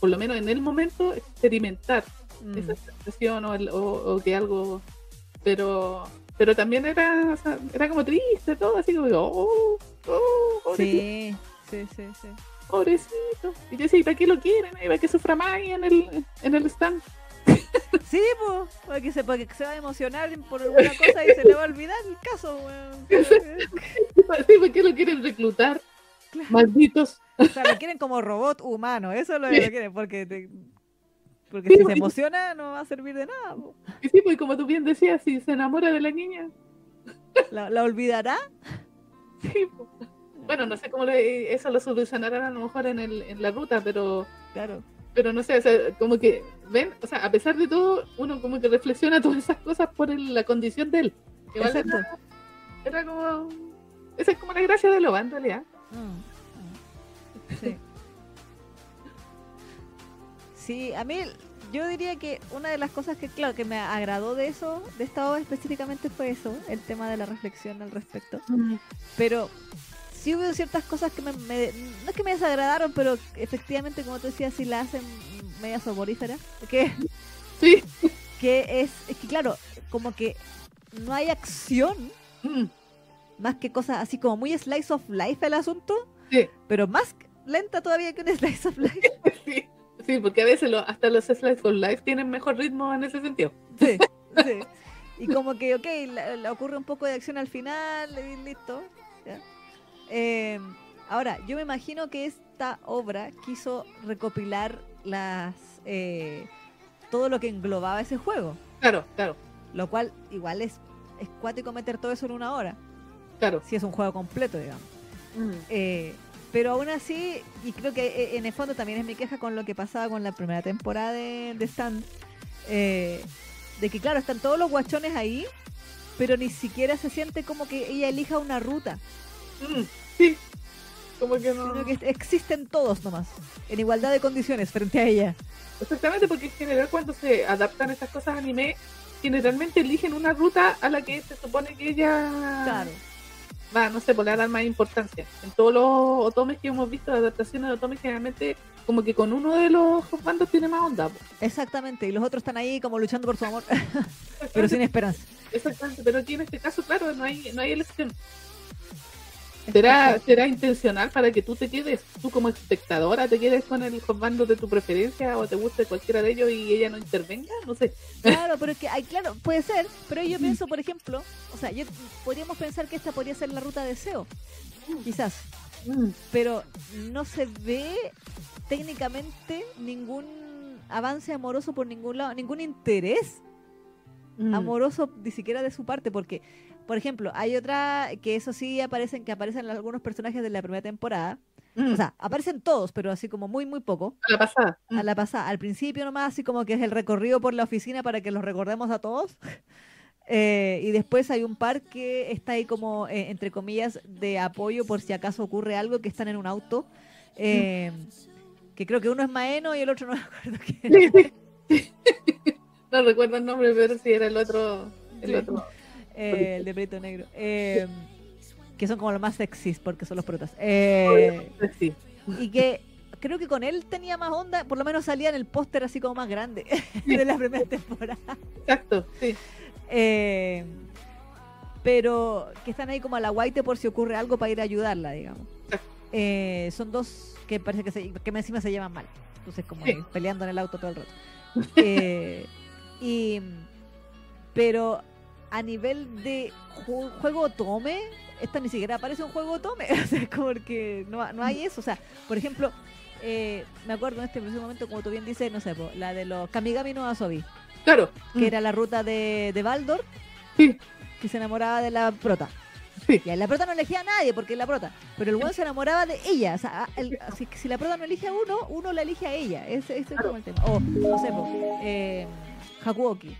Speaker 2: por lo menos en el momento, experimentar
Speaker 1: Mm.
Speaker 2: esa sensación o, el- o- o que algo. Pero pero también era o sea, era como triste, todo así como, oh, oh, pobrecito,
Speaker 1: Sí, sí, sí, sí.
Speaker 2: pobrecito. Y yo decía, ¿y para qué lo quieren? ¿Y para que sufra más ahí en el, en el stand?
Speaker 1: Sí, pues, porque se, porque se va a emocionar por alguna cosa y se le va a olvidar el caso, weón.
Speaker 2: Sí, ¿Para qué lo quieren reclutar?
Speaker 1: Claro.
Speaker 2: Malditos.
Speaker 1: O sea, lo quieren como robot humano, eso es lo que lo quieren, porque, te- porque
Speaker 2: Sí,
Speaker 1: si se
Speaker 2: porque-
Speaker 1: emociona no va a servir de nada. po.
Speaker 2: Y sí, pues como tú bien decías, si se enamora de la niña,
Speaker 1: ¿La, la olvidará?
Speaker 2: sí, pues. Bueno, no sé cómo le- eso lo solucionarán a lo mejor en, el, en la ruta, pero,
Speaker 1: Claro.
Speaker 2: pero no sé, o sea, como que, ven, o sea, a pesar de todo, uno como que reflexiona todas esas cosas por el- la condición de él. Igual
Speaker 1: Exacto.
Speaker 2: Era, era como, esa es como la gracia de Loba en realidad.
Speaker 1: Mm, mm. Sí. Sí, a mí yo diría que una de las cosas que, claro, que me agradó de eso, de esta obra específicamente fue eso, el tema de la reflexión al respecto. Pero sí hubo ciertas cosas que me, me- no es que me desagradaron, pero efectivamente, como tú decías, si la hacen media soporífera, que,
Speaker 2: Sí.
Speaker 1: que es, es que claro, como que no hay acción,
Speaker 2: Mm.
Speaker 1: más que cosas así como muy slice of life el asunto,
Speaker 2: Sí.
Speaker 1: pero más lenta todavía que un slice of life.
Speaker 2: sí. Sí, porque a veces lo- hasta los Slice for Life tienen mejor ritmo en ese sentido.
Speaker 1: Sí, sí. Y como que, ok, le, le ocurre un poco de acción al final y listo. ya. Eh, ahora, yo me imagino que esta obra quiso recopilar las eh, todo lo que englobaba ese juego,
Speaker 2: Claro, claro,
Speaker 1: lo cual igual es, es cuático meter todo eso en una hora,
Speaker 2: claro.
Speaker 1: si es un juego completo, digamos. Eh, pero aún así, y creo que eh, en el fondo también es mi queja con lo que pasaba con la primera temporada de, de Stand, eh, de que claro, están todos los guachones ahí, pero ni siquiera se siente como que ella elija una ruta,
Speaker 2: Mm, Sí. Como que no.
Speaker 1: sino que existen todos nomás, en igualdad de condiciones frente a ella.
Speaker 2: Exactamente, porque en general cuando se adaptan estas cosas a anime, generalmente eligen una ruta a la que se supone que ella
Speaker 1: Claro,
Speaker 2: va, no sé, por le dar más importancia. En todos los otomes que hemos visto, adaptaciones de otomes, generalmente como que con uno de los bandos tiene más onda. po.
Speaker 1: exactamente, y los otros están ahí como luchando por su amor, pero sin esperanza.
Speaker 2: Exactamente, pero aquí en este caso, claro, no hay, no hay elección. Será, será intencional para que tú te quedes, tú como espectadora, te quedes con el bando de tu preferencia o te guste cualquiera de ellos y ella no intervenga, no sé.
Speaker 1: Claro, pero es que, ay, claro, puede ser, pero yo pienso, por ejemplo, o sea, yo podríamos pensar que esta podría ser la ruta de SEO, quizás,
Speaker 2: Mm,
Speaker 1: pero no se ve técnicamente ningún avance amoroso por ningún lado, ningún interés
Speaker 2: mm.
Speaker 1: amoroso ni siquiera de su parte, porque, por ejemplo, hay otra que eso sí aparecen, que aparecen algunos personajes de la primera temporada,
Speaker 2: Mm,
Speaker 1: o sea, aparecen todos, pero así como muy, muy poco,
Speaker 2: a la pasada. Mm.
Speaker 1: a la pasada, al principio nomás, así como que es el recorrido por la oficina para que los recordemos a todos. Eh, y después hay un par que está ahí como, eh, entre comillas, de apoyo por si acaso ocurre algo, que están en un auto. eh, que creo que uno es Maeno y el otro no me acuerdo qué era.
Speaker 2: no recuerdo el nombre, pero sí era el otro. El
Speaker 1: Sí.
Speaker 2: otro.
Speaker 1: Eh, el de pelito negro. Eh, que son como los más sexys porque son los protas. Eh,
Speaker 2: Sí.
Speaker 1: y que creo que con él tenía más onda, por lo menos salía en el póster así como más grande de la primera temporada.
Speaker 2: Exacto, sí.
Speaker 1: Eh, pero que están ahí como a la guaite por si ocurre algo para ir a ayudarla, digamos. Eh, son dos que parece que, se, que encima se llevan mal. Entonces, como
Speaker 2: Sí.
Speaker 1: ahí, peleando en el auto todo el rato. Eh, y, pero a nivel de ju- juego tome, esta ni siquiera parece un juego tome. O sea, como que no, ha- no hay eso. O sea, por ejemplo, eh, me acuerdo en este preciso momento, como tú bien dices, no sé, po, la de los Kamigami no Asobi,
Speaker 2: Claro.
Speaker 1: que era la ruta de, de Baldor,
Speaker 2: Sí.
Speaker 1: que se enamoraba de la prota.
Speaker 2: Sí.
Speaker 1: Y a la prota no elegía a nadie porque es la prota. Pero el weón se enamoraba de ella. O sea, a- el- si, si la prota no elige a uno, uno la elige a ella. Ese, ese
Speaker 2: Claro.
Speaker 1: es como el tema. O, no sé, po, eh, Hakuoki.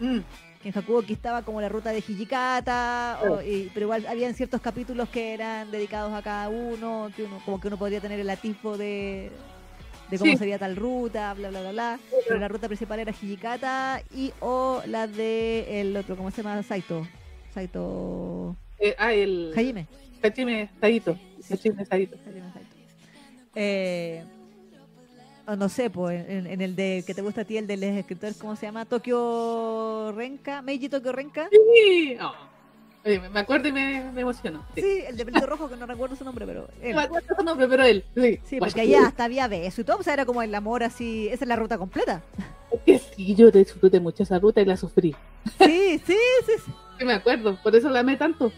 Speaker 2: Mm,
Speaker 1: Que en Hakuoki estaba como la ruta de Hijikata. o- y- pero igual habían ciertos capítulos que eran dedicados a cada uno. Que uno como que uno podría tener el atisbo de, de cómo
Speaker 2: Sí.
Speaker 1: sería tal ruta, bla, bla, bla, bla. Pero la ruta principal era Hijikata y o la de el otro, ¿cómo se llama? Saito. Saito.
Speaker 2: eh, ah, el
Speaker 1: Hajime.
Speaker 2: Hajime Saito. Hajime Saito.
Speaker 1: Eh, o no sé, pues, en, en el de que te gusta a ti, el de los escritores, ¿cómo se llama? Tokio Renka, Meiji Tokio Renka.
Speaker 2: Sí. Oh. Oye, me- me acuerdo y me, me emociono. Sí.
Speaker 1: Sí, el de pelito rojo, que no recuerdo su nombre, pero. él.
Speaker 2: No me acuerdo su nombre, pero él. Sí,
Speaker 1: Sí,
Speaker 2: Guay.
Speaker 1: porque allá hasta había beso y todo, o sea, era como el amor así, esa es la ruta completa.
Speaker 2: Es que sí, yo disfruté mucho esa ruta y la sufrí.
Speaker 1: Sí, sí, sí, sí,
Speaker 2: Sí, me acuerdo. Por eso la amé tanto.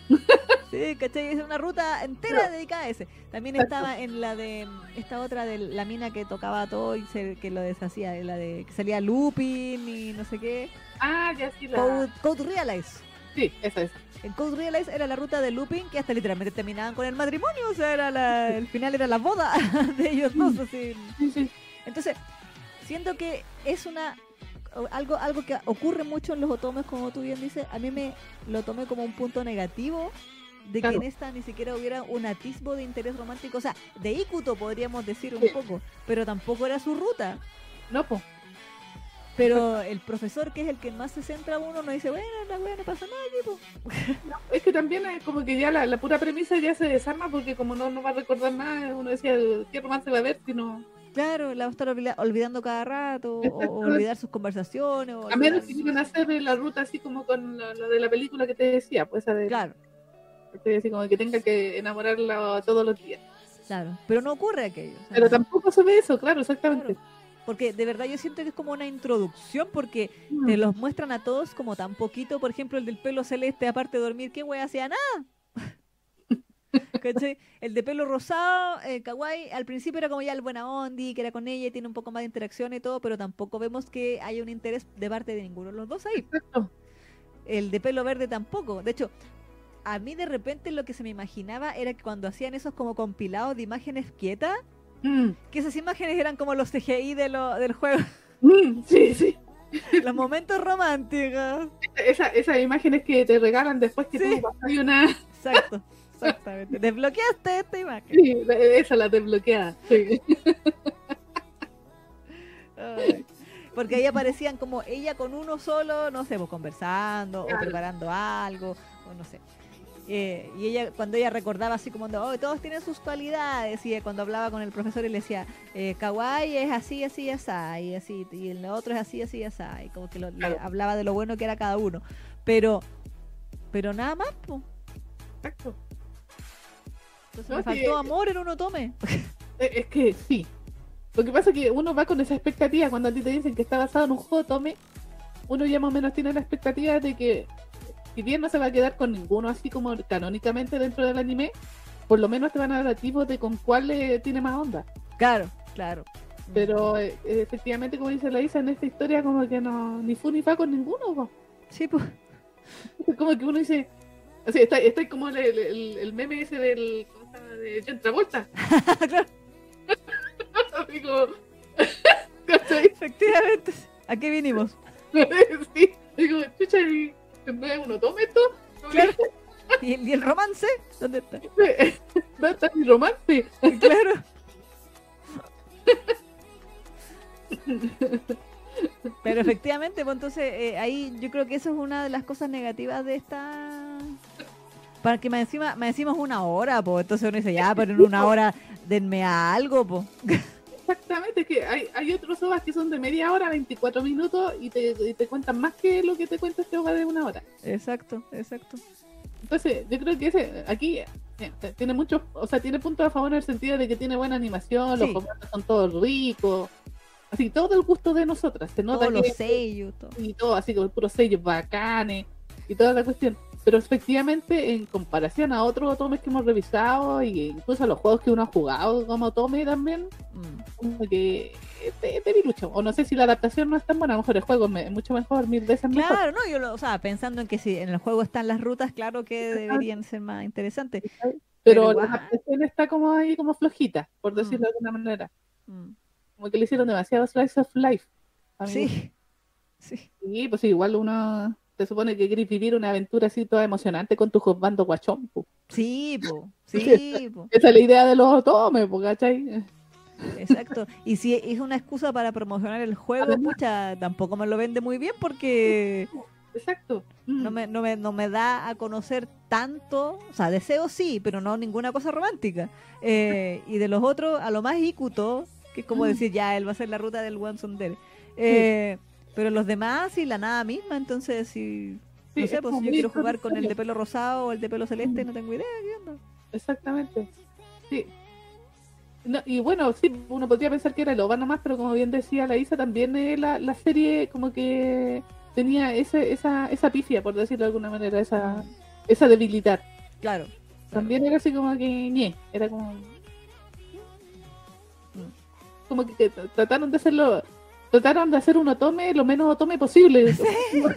Speaker 1: sí, ¿cachai? Es una ruta entera dedicada a ese. También
Speaker 2: Exacto.
Speaker 1: estaba en la de, esta otra de la mina que tocaba todo y se- que lo deshacía, la de que salía Lupin y no sé qué.
Speaker 2: Ah, ya sí la.
Speaker 1: Code, Code Realize.
Speaker 2: Sí, esa es.
Speaker 1: En Code Realize era la ruta de Lupin que hasta literalmente terminaban con el matrimonio, o sea, era la- el final era la boda de ellos
Speaker 2: Mm.
Speaker 1: dos. Así.
Speaker 2: Sí, sí.
Speaker 1: Entonces, siento que es una o- algo algo que ocurre mucho en los otomes, como tú bien dices, a mí me lo tomé como un punto negativo de
Speaker 2: Claro.
Speaker 1: que en esta ni siquiera hubiera un atisbo de interés romántico, o sea, de ícuto podríamos decir un
Speaker 2: Sí.
Speaker 1: poco, pero tampoco era su ruta.
Speaker 2: No, po.
Speaker 1: Pero el profesor, que es el que más se centra a uno, nos dice, bueno, la wea no pasa nada, tipo.
Speaker 2: Es que también es como que ya la, la pura premisa ya se desarma porque como no, no va a recordar nada, uno decía, ¿qué romance va a haber? Si no...
Speaker 1: Claro, la va a estar olvida- olvidando cada rato, o, o olvidar sus conversaciones. o
Speaker 2: A menos
Speaker 1: olvidar-
Speaker 2: que quieran hacer la ruta así como con lo, lo de la película que te decía, pues esa de,
Speaker 1: Claro,
Speaker 2: de así como que tenga que enamorarla todos los días.
Speaker 1: claro. Pero no ocurre aquello. o sea,
Speaker 2: Pero tampoco se ve eso, claro, exactamente.
Speaker 1: claro, Porque de verdad yo siento que es como una introducción, porque
Speaker 2: Mm.
Speaker 1: te los muestran a todos como tan poquito. Por ejemplo, el del pelo celeste, aparte de dormir, ¿qué wea hacía? Nada. ¿Cachai? El de pelo rosado, eh, kawaii, al principio era como ya el buena ondi, que era con ella y tiene un poco más de interacción y todo, pero tampoco vemos que haya un interés de parte de ninguno de los dos ahí.
Speaker 2: Exacto.
Speaker 1: El de pelo verde tampoco. De hecho, a mí de repente lo que se me imaginaba era que cuando hacían esos como compilados de imágenes quietas,
Speaker 2: Mm,
Speaker 1: que esas imágenes eran como los CGI de lo- del juego,
Speaker 2: mm, sí, sí.
Speaker 1: los momentos románticos.
Speaker 2: Esa- esas imágenes que te regalan después que
Speaker 1: Sí.
Speaker 2: tú pasas y una...
Speaker 1: Exacto, exactamente. Desbloqueaste esta imagen.
Speaker 2: Sí, la- esa la desbloqueada. Sí.
Speaker 1: Ay. Porque ahí aparecían como ella con uno solo, no sé, pues conversando o
Speaker 2: Claro.
Speaker 1: preparando algo, o no sé. Eh, y ella, cuando ella recordaba así como, de, "Oh, todos tienen sus cualidades, y eh, cuando hablaba con el profesor y le decía, eh, kawaii es así, así, así, y así, y el otro es así, así, así, y como que lo- le
Speaker 2: Claro.
Speaker 1: hablaba de lo bueno que era cada uno. Pero, pero nada más, po.
Speaker 2: Exacto.
Speaker 1: Entonces
Speaker 2: No,
Speaker 1: me
Speaker 2: sí,
Speaker 1: faltó
Speaker 2: eh,
Speaker 1: amor en uno tome.
Speaker 2: Eh, Es que sí. Lo que pasa es que uno va con esa expectativa. Cuando a ti te dicen que está basado en un juego, tome, uno ya más o menos tiene la expectativa de que, si bien no se va a quedar con ninguno así como canónicamente dentro del anime, por lo menos te van a dar atisbos de con cuál eh, tiene más onda.
Speaker 1: Claro, claro.
Speaker 2: Pero eh, eh, efectivamente, como dice la Isa, en esta historia, como que no, ni fu ni fa con ninguno. po.
Speaker 1: Sí, pues.
Speaker 2: Es como que uno dice. O sea, está, está como el, el- el- el meme ese del. ¿Cómo se llama? De John Travolta.
Speaker 1: Claro.
Speaker 2: Así como. ¿Cachai?
Speaker 1: Efectivamente. ¿A qué vinimos?
Speaker 2: sí, digo, chucha, y no es uno, tome esto. No,
Speaker 1: Claro. ¿Y el, y el romance? ¿Dónde está?
Speaker 2: este, no está mi romance.
Speaker 1: Claro. Pero efectivamente, pues entonces eh, ahí yo creo que eso es una de las cosas negativas de esta... Para que me encima, me decimos una hora, pues entonces uno dice, ya, pero en una hora denme algo, pues.
Speaker 2: Exactamente, es que hay, hay otros ovas que son de media hora, 24 minutos y te, y te cuentan más que lo que te cuenta este ova de una hora.
Speaker 1: Exacto, exacto.
Speaker 2: Entonces, yo creo que ese aquí eh, tiene muchos, o sea, tiene puntos a favor en el sentido de que tiene buena animación, los
Speaker 1: Sí.
Speaker 2: comandos son todos ricos, así todo el gusto de nosotras, se nota
Speaker 1: Todos
Speaker 2: que
Speaker 1: los sellos, todo.
Speaker 2: y todo, así con puros sellos bacanes y toda la cuestión. Pero efectivamente, en comparación a otros otomes que hemos revisado, y incluso a los juegos que uno ha jugado como otome también,
Speaker 1: Mm.
Speaker 2: como que es de- es debilucho. O no sé si la adaptación no es tan buena, a lo mejor el juego es me- mucho mejor, mil veces mejor.
Speaker 1: Claro, no, yo lo, o sea, pensando en que si en el juego están las rutas, claro que deberían ser más interesantes.
Speaker 2: Pero,
Speaker 1: pero
Speaker 2: la
Speaker 1: igual.
Speaker 2: adaptación está como ahí, como flojita, por decirlo
Speaker 1: Mm.
Speaker 2: de alguna manera.
Speaker 1: Mm.
Speaker 2: Como que le hicieron demasiado slice of life. A mí
Speaker 1: Sí, sí,
Speaker 2: Sí, pues igual uno se supone que querés vivir una aventura así toda emocionante con tus bandos guachón. po.
Speaker 1: sí, po, sí, po,
Speaker 2: Esa es la idea de los otomes, po, ¿cachai?
Speaker 1: exacto. Y si es una excusa para promocionar el juego,
Speaker 2: Además-
Speaker 1: mucha, tampoco me lo vende muy bien porque
Speaker 2: Exacto.
Speaker 1: no me, no, me, no me da a conocer tanto, o sea, deseo sí, pero no ninguna cosa romántica. Eh, y de los otros, a lo más ícuto, que es como
Speaker 2: Mm.
Speaker 1: decir, ya, él va a ser la ruta del One Sonder. Eh, Pero los demás, sí, la nada misma, entonces, si,
Speaker 2: Sí,
Speaker 1: no sé,
Speaker 2: es
Speaker 1: pues
Speaker 2: como
Speaker 1: si yo quiero
Speaker 2: muy
Speaker 1: jugar con el de
Speaker 2: contradictorio.
Speaker 1: pelo rosado o el de pelo celeste,
Speaker 2: Mm.
Speaker 1: no tengo idea, ¿qué onda?
Speaker 2: Exactamente. Sí. No, y bueno, sí, uno podría pensar que era el OVA nomás, pero como bien decía la Isa, también eh, la, la serie como que tenía ese, esa, esa pifia, por decirlo de alguna manera, esa, esa debilidad.
Speaker 1: Claro.
Speaker 2: También era así como que ñe, era como. mm. Como que, que tr- trataron de hacerlo. Trataron de hacer un otome lo menos otome posible.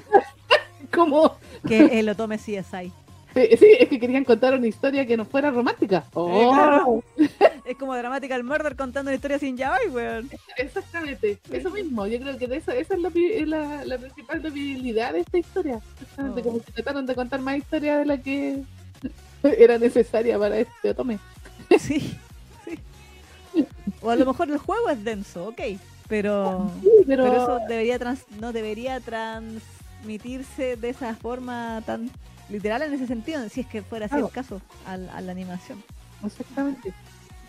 Speaker 2: como.
Speaker 1: Que el Otome CSI.
Speaker 2: eh, Sí, es que querían contar una historia que no fuera romántica. Oh,
Speaker 1: claro. Es como dramática el murder contando una historia sin yaoi, weón.
Speaker 2: Exactamente, eso mismo. Yo creo que de eso, esa es la, pi- es la, la principal debilidad de esta historia. Exactamente,
Speaker 1: Oh.
Speaker 2: como que trataron de contar más historias de la que era necesaria para este otome.
Speaker 1: Sí, sí. O a lo mejor el juego es denso, ok. Pero,
Speaker 2: Sí, pero,
Speaker 1: pero... eso debería trans- no debería transmitirse de esa forma tan literal en ese sentido, si es que fuera así el
Speaker 2: Claro.
Speaker 1: caso, al- a la animación.
Speaker 2: Exactamente.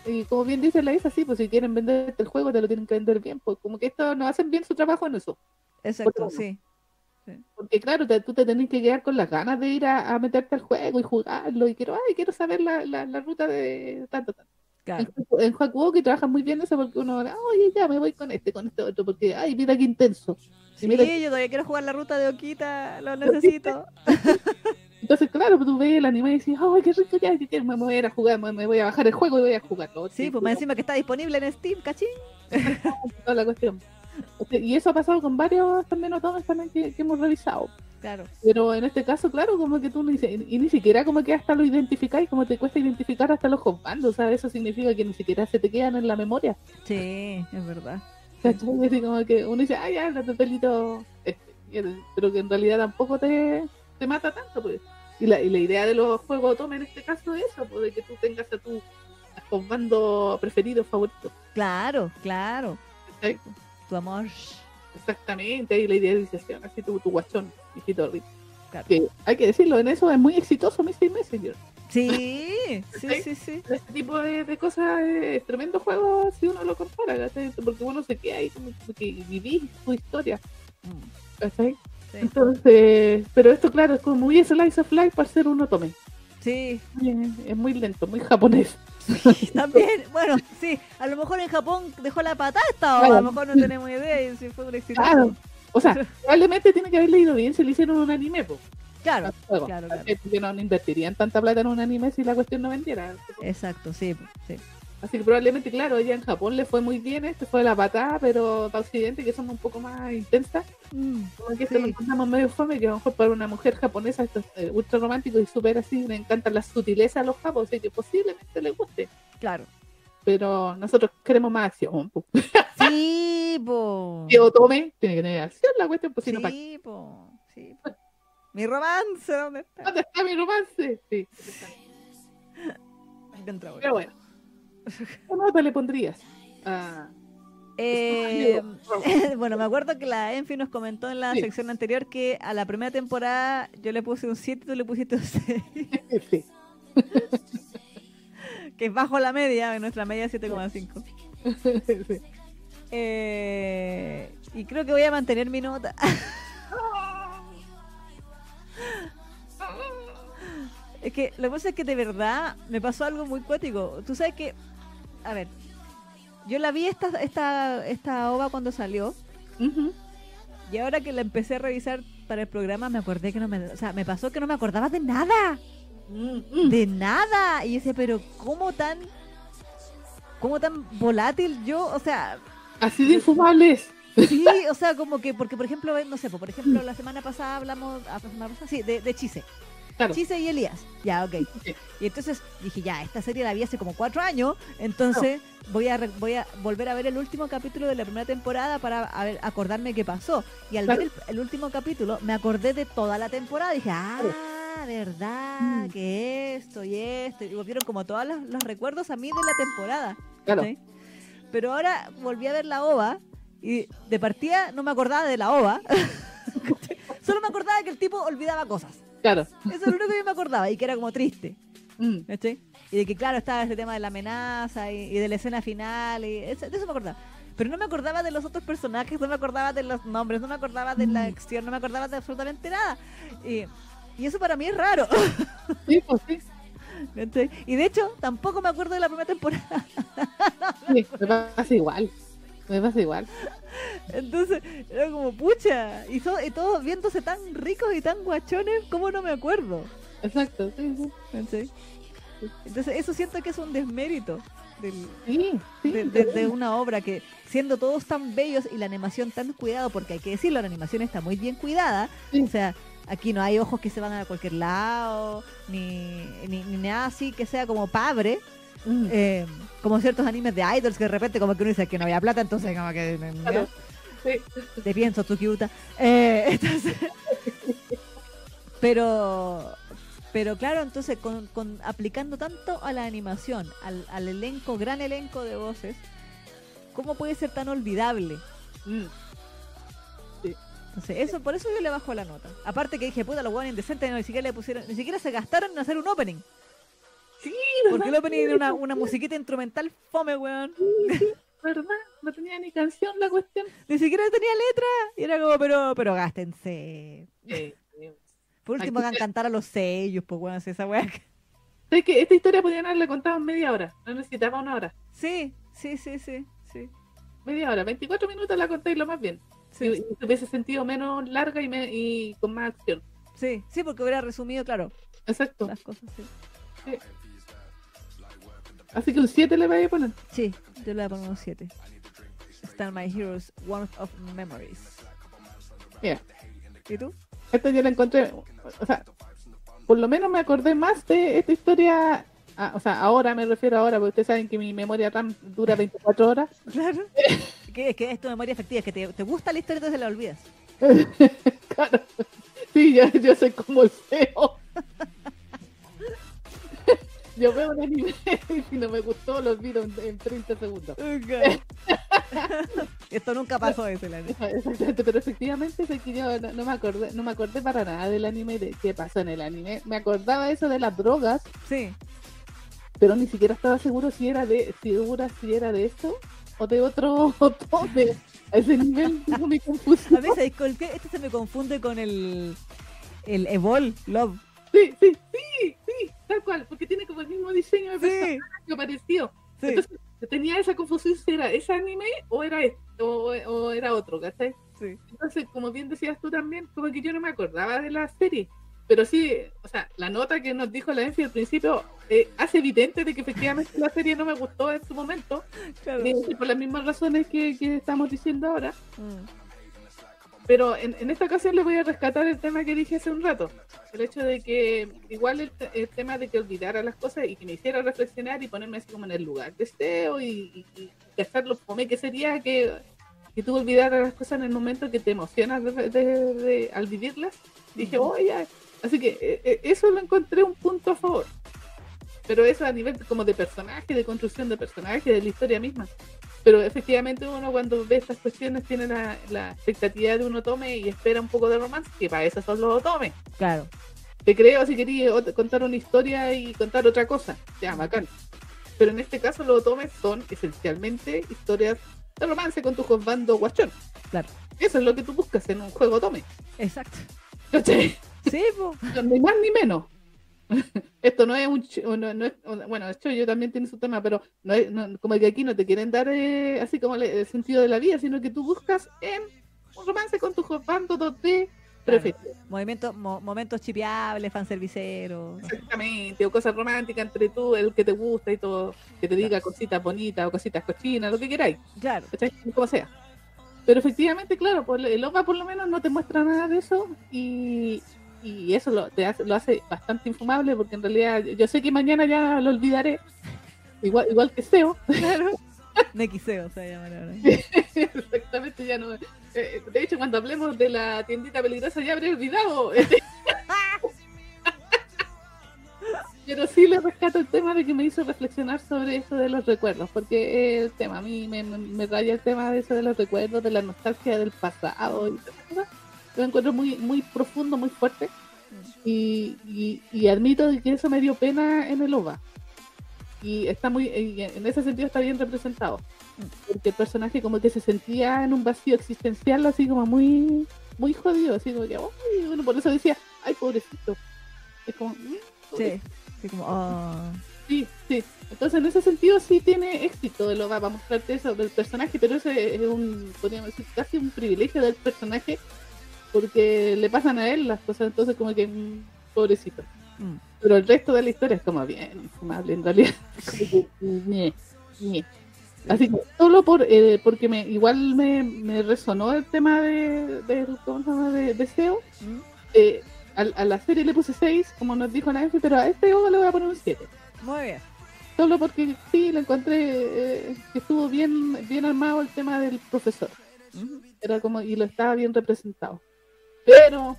Speaker 2: Y como bien dice la Isa, sí, pues si quieren vender el juego, te lo tienen que vender bien. Pues como que esto no hacen bien su trabajo en eso.
Speaker 1: Exacto,
Speaker 2: Bueno.
Speaker 1: sí.
Speaker 2: Porque claro, te- tú te tenés que quedar con las ganas de ir a, a meterte al juego y jugarlo. Y quiero, ay, quiero saber la, la, la ruta de tanto, tanto.
Speaker 1: Claro.
Speaker 2: En, en Hakuo que trabajan muy bien eso, porque uno, ah, oye, ya me voy con este, con este otro, porque, ay, mira qué intenso.
Speaker 1: Sí,
Speaker 2: mira-
Speaker 1: yo todavía quiero jugar la ruta de Okita, lo necesito.
Speaker 2: Entonces, claro, pues, tú ves el anime y dices, ay, qué rico, ya, ya, ya, me voy a ir a jugar, me, me voy a bajar el juego y voy a jugarlo.
Speaker 1: Sí, pues más encima que está disponible en Steam, ¿cachín?
Speaker 2: toda la cuestión. Este, Y eso ha pasado con varios también otomes también que, que hemos revisado.
Speaker 1: Claro.
Speaker 2: Pero en este caso, claro, como que tú ni, se- y ni siquiera como que hasta lo identificáis, como te cuesta identificar hasta los comandos, o sea, eso significa que ni siquiera se te quedan en la memoria.
Speaker 1: Sí, es verdad.
Speaker 2: ¿Cachai? Así como que uno dice, ay, ya, el papelito este", y el- pero que en realidad tampoco te, te mata tanto, pues. Y la, y la idea de los juegos otomes en este caso es eso, pues, de que tú tengas a tu comando preferido, favorito.
Speaker 1: Claro, claro.
Speaker 2: ¿cachai?
Speaker 1: Tu amor.
Speaker 2: Exactamente, ahí la idealización, así tu, tu guachón, hijito rico.
Speaker 1: Claro.
Speaker 2: Que hay que decirlo, en eso es muy exitoso Mystic Messenger.
Speaker 1: Sí, sí, sí, sí.
Speaker 2: Este tipo de, de cosas eh, es tremendo juego si uno lo compara, ¿cachai? Porque uno se queda ahí como que vivís tu historia,
Speaker 1: Mm,
Speaker 2: ¿cachai?
Speaker 1: sí.
Speaker 2: Entonces, pero esto claro, es como muy slice of life para ser uno tome.
Speaker 1: Sí,
Speaker 2: Es muy lento, muy japonés.
Speaker 1: también, bueno, sí, a lo mejor en Japón dejó la patata o a lo
Speaker 2: Claro. Ah,
Speaker 1: mejor no tenemos idea y si fue un éxito.
Speaker 2: Claro. O sea, probablemente tiene que haber leído bien si le hicieron un anime, po,
Speaker 1: claro,
Speaker 2: al juego.
Speaker 1: claro, claro.
Speaker 2: ¿cachai? Porque no no invertirían tanta plata en un anime si la cuestión no vendiera.
Speaker 1: Exacto, sí, sí.
Speaker 2: Así que probablemente, claro, allá en Japón le fue muy bien, este fue la patada, pero para Occidente, que somos un poco más intensas,
Speaker 1: Mm,
Speaker 2: como que
Speaker 1: Sí.
Speaker 2: se lo encontramos medio fome, que a lo mejor para una mujer japonesa esto es eh, ultra romántico y súper así, le encantan las sutilezas a los japos, así que posiblemente le guste.
Speaker 1: claro.
Speaker 2: Pero nosotros queremos más acción. po.
Speaker 1: Sí, po.
Speaker 2: Que o tome, tiene que tener acción la cuestión, pues si no, ¿para qué?
Speaker 1: Sí, po. Sí, po. Mi romance, ¿dónde está?
Speaker 2: ¿dónde está mi romance? Sí,
Speaker 1: Encontrado.
Speaker 2: pero bueno. ¿Qué nota le pondrías? Ah,
Speaker 1: Eh,
Speaker 2: romance.
Speaker 1: bueno, me acuerdo que la Enfi nos comentó en la
Speaker 2: Sí.
Speaker 1: sección anterior que a la primera temporada yo le puse un 7 y tú le pusiste un 6,
Speaker 2: sí,
Speaker 1: que es bajo la media, nuestra media es 7,5.
Speaker 2: Sí.
Speaker 1: Eh, y creo que voy a mantener mi nota. es que lo que pasa es que de verdad me pasó algo muy cuático. Tú sabes que, a ver, yo la vi esta, esta, esta ova cuando salió
Speaker 2: Ujú.
Speaker 1: y ahora que la empecé a revisar para el programa me acordé que no me... O sea, me pasó que no me acordaba de nada.
Speaker 2: Mm, mm.
Speaker 1: de nada. Y yo decía, pero ¿cómo tan, cómo tan volátil yo? O sea,
Speaker 2: Así de infumable es.
Speaker 1: sí, o sea, como que, porque por ejemplo, eh, no sé, pues, por ejemplo, la semana pasada hablamos, ah, la semana pasada, sí, de, de Chise,
Speaker 2: Claro.
Speaker 1: Chise y Elías, ya, ok.
Speaker 2: Sí.
Speaker 1: Y entonces dije, ya, esta serie la vi hace como cuatro años, entonces voy a, re- voy a volver a ver el último capítulo de la primera temporada para a ver, acordarme qué pasó. Y al
Speaker 2: Claro.
Speaker 1: ver el, el último capítulo me acordé de toda la temporada. Dije, ah, verdad,
Speaker 2: Mm.
Speaker 1: que esto y esto. Y volvieron como todos los, los recuerdos a mí de la temporada.
Speaker 2: Claro.
Speaker 1: ¿sí? Pero ahora volví a ver la ova y de partida no me acordaba de la ova. Solo me acordaba que el tipo olvidaba cosas.
Speaker 2: Claro.
Speaker 1: Eso es lo único que yo me acordaba y que era como triste.
Speaker 2: Mm.
Speaker 1: ¿cachai? ¿Este? Y de que, claro, estaba ese tema de la amenaza y, y de la escena final, y eso- de eso me acordaba. Pero no me acordaba de los otros personajes, no me acordaba de los nombres, no me acordaba de la
Speaker 2: Mm.
Speaker 1: acción, no me acordaba de absolutamente nada. Y, y eso para mí es raro.
Speaker 2: Sí, pues sí.
Speaker 1: ¿cachai? Y de hecho, tampoco me acuerdo de la primera temporada.
Speaker 2: Sí, me pasa igual. Me pasa igual.
Speaker 1: Entonces, era como, pucha. Y, so- y todos viéndose tan ricos y tan guachones, ¿cómo no me acuerdo?
Speaker 2: Exacto. Sí, sí.
Speaker 1: ¿cachai? Entonces, eso siento que es un desmérito del,
Speaker 2: Sí, sí,
Speaker 1: de, de- de una obra que siendo todos tan bellos y la animación tan cuidada, porque hay que decirlo, la animación está muy bien cuidada,
Speaker 2: Sí.
Speaker 1: o sea, aquí no hay ojos que se van a cualquier lado, ni, ni, ni nada así que sea como padre,
Speaker 2: Mm.
Speaker 1: eh, como ciertos animes de idols que de repente como que uno dice que no había plata, entonces como que
Speaker 2: Claro. Sí.
Speaker 1: eh, te pienso, Tsukiuta. Eh, entonces, pero, pero claro, entonces con, con- aplicando tanto a la animación, al, al elenco, gran elenco de voces, ¿cómo puede ser tan olvidable?
Speaker 2: Mm.
Speaker 1: Entonces, eso, por eso yo le bajo la nota. Aparte que dije, puta, los hueones indecentes ni siquiera le pusieron, ni siquiera se gastaron en hacer un opening.
Speaker 2: Sí,
Speaker 1: Porque el
Speaker 2: ¿verdad?
Speaker 1: opening era una, una musiquita instrumental fome, weón.
Speaker 2: ¿Verdad? No tenía ni canción la cuestión.
Speaker 1: Ni siquiera tenía letra. Y era como, pero, pero gástense.
Speaker 2: Eh,
Speaker 1: Por último,
Speaker 2: Aquí-
Speaker 1: hagan cantar a los sellos, pues, weón, si esa weá que-
Speaker 2: ¿Sabes que Esta historia podían haberla contado en media hora. No necesitaba una hora.
Speaker 1: Sí, sí, sí, sí, sí.
Speaker 2: Media hora. 24 minutos la contáis lo más bien.
Speaker 1: Sí,
Speaker 2: Si si hubiese sentido menos larga y, me- y con más acción.
Speaker 1: sí, sí, porque hubiera resumido, claro,
Speaker 2: Exacto.
Speaker 1: las cosas. Sí,
Speaker 2: Así que un 7 le voy a poner.
Speaker 1: sí yo le voy a poner un 7. Stand My Heroes, One of Memories.
Speaker 2: Mira.
Speaker 1: ¿Y tú?
Speaker 2: Esta yo la encontré. O sea, por lo menos me acordé más de esta historia. ah, o sea, ahora me refiero ahora, porque ustedes saben que mi memoria RAM dura 24 horas.
Speaker 1: Claro. que, es que es tu memoria efectiva, es que te, te gusta la historia, entonces la olvidas.
Speaker 2: Claro. Sí, yo, yo soy como el feo. Yo veo un anime y si no me gustó lo olvido en, en 30 segundos.
Speaker 1: Esto nunca pasó, dice la
Speaker 2: Exactamente, pero efectivamente sé que yo no, no me acordé, no me acordé para nada del anime de qué pasó en el anime. Me acordaba eso de las drogas,
Speaker 1: Sí,
Speaker 2: pero ni siquiera estaba seguro si era de, segura si era de esto o de otro o de a ese nivel no me
Speaker 1: a
Speaker 2: confusión.
Speaker 1: veces con que- esto se me confunde con el el Evol Love.
Speaker 2: Sí, sí, sí, sí, tal cual, porque tiene como el mismo diseño de personaje
Speaker 1: Sí,
Speaker 2: parecido.
Speaker 1: sí,
Speaker 2: Entonces, tenía esa confusión si era ese anime o era este, o, o era otro, ¿cachai?
Speaker 1: sí.
Speaker 2: Entonces, como bien decías tú también, como que yo no me acordaba de la serie. Pero sí, o sea, la nota que nos dijo la Enfi al principio eh, hace evidente de que efectivamente la serie no me gustó en su momento,
Speaker 1: Claro.
Speaker 2: de- de por las mismas razones que, que estamos diciendo ahora.
Speaker 1: Mm.
Speaker 2: Pero en, en esta ocasión les voy a rescatar el tema que dije hace un rato. El hecho de que igual el, te- el tema de que olvidara las cosas y que me hiciera reflexionar y ponerme así como en el lugar de Esteo y, y, y gastar lo fome que sería que, que tú olvidaras las cosas en el momento que te emocionas de- de- de- al vivirlas. Dije,
Speaker 1: Ujú.
Speaker 2: oye, así que eh, eh, eso lo encontré un punto a favor. Pero eso a nivel como de personaje, de construcción de personaje, de la historia misma. Pero efectivamente uno cuando ve estas cuestiones tiene la, la expectativa de uno tome y espera un poco de romance, que para eso son los tome.
Speaker 1: Claro.
Speaker 2: Te creo si querías contar una historia y contar otra cosa. Ya, bacán. pero en este caso los otomes son esencialmente historias de romance con tu juzgando guachón.
Speaker 1: Claro.
Speaker 2: Eso es lo que tú buscas en un juego otome.
Speaker 1: Exacto.
Speaker 2: ¿Cachai?
Speaker 1: Sí, po.
Speaker 2: No, Ni más ni menos. Esto no es un. ch- o no- no es- o- bueno, esto yo también tiene su tema, pero no es, no- como que aquí no te quieren dar eh, así como le- el sentido de la vida, sino que tú buscas en un romance con tu juzgando 2D preferido.
Speaker 1: Movimiento- mo- momentos chipeables, fanserviceros.
Speaker 2: Exactamente, o cosas románticas entre tú, el que te gusta y todo, que te diga cositas bonitas o cositas cochinas, lo que queráis,
Speaker 1: Claro,
Speaker 2: ¿cachai? como sea. Pero efectivamente, claro, por- el OVA por lo menos no te muestra nada de eso y, y eso lo, te hace, lo hace bastante infumable porque en realidad yo sé que mañana ya lo olvidaré, igual, igual que SEO,
Speaker 1: claro. Nequiseo se llama ahora.
Speaker 2: exactamente ya no... eh, de hecho, cuando hablemos de la tiendita peligrosa ya habré olvidado. Pero sí le rescato el tema de que me hizo reflexionar sobre eso de los recuerdos, porque es el tema, a mí me, me, me raya el tema de eso de los recuerdos, de la nostalgia del pasado y todas esas cosas. Lo encuentro muy, muy profundo, muy fuerte. Y, y, y admito de que eso me dio pena en el OVA. Y está muy, y en ese sentido está bien representado. Porque el personaje como que se sentía en un vacío existencial así como muy, muy jodido, así como que, "Ay", bueno, por eso decía, ay pobrecito. Es como, "Mm,
Speaker 1: Sí, sí, como, oh.
Speaker 2: Sí, sí. Entonces, en ese sentido, sí tiene éxito lo va a mostrarte eso del personaje, pero ese es un, podríamos decir, casi un privilegio del personaje porque le pasan a él las cosas, entonces, como que, mm, pobrecito.
Speaker 1: Mm.
Speaker 2: Pero el resto de la historia es como bien infumable, en realidad. Como que, ñe, ñe. Así que solo por, eh, porque me, igual me, me resonó el tema de, de, ¿cómo se llama? de, de SEO.
Speaker 1: Mm.
Speaker 2: eh, a, a la serie le puse 6, como nos dijo la Efi, pero a este juego le voy a poner un 7
Speaker 1: Muy bien.
Speaker 2: solo porque sí, lo encontré eh, que estuvo bien, bien armado el tema del profesor.
Speaker 1: Uh,
Speaker 2: Era como, y lo estaba bien representado. Pero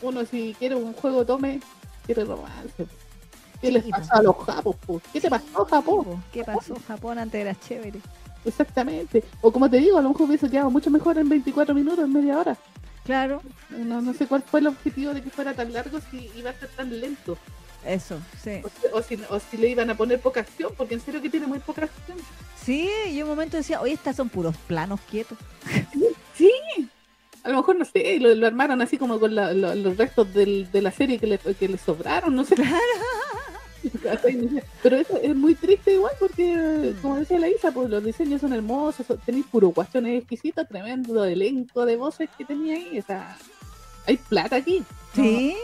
Speaker 2: uno si quiere un juego tome, quiere romance. po. ¿Qué
Speaker 1: Sí,
Speaker 2: les
Speaker 1: po.
Speaker 2: pasa a los japos? po? ¿Qué te pasó, Japón?
Speaker 1: ¿Qué pasó
Speaker 2: Oh.
Speaker 1: Japón antes era chévere?
Speaker 2: Exactamente. O como te digo, a lo mejor hubiese quedado mucho mejor en 24 minutos, en media hora.
Speaker 1: Claro,
Speaker 2: No, no sé cuál fue el objetivo de que fuera tan largo si iba a ser tan lento.
Speaker 1: eso, sí.
Speaker 2: O, si- o si, o si le iban a poner poca acción, porque en serio que tiene muy poca acción.
Speaker 1: Sí, yo en un momento decía, oye, estas son puros planos quietos.
Speaker 2: A lo mejor, no sé, lo, lo armaron así como con la- lo- los restos del- de la serie que le, que le sobraron, no sé. Pero eso es muy triste igual porque,
Speaker 1: Mm.
Speaker 2: como decía la Isa, pues los diseños son hermosos, son- tenéis puro guachones exquisitos, tremendo elenco de voces que tenía ahí. O sea, hay plata aquí. ¿no?
Speaker 1: Sí,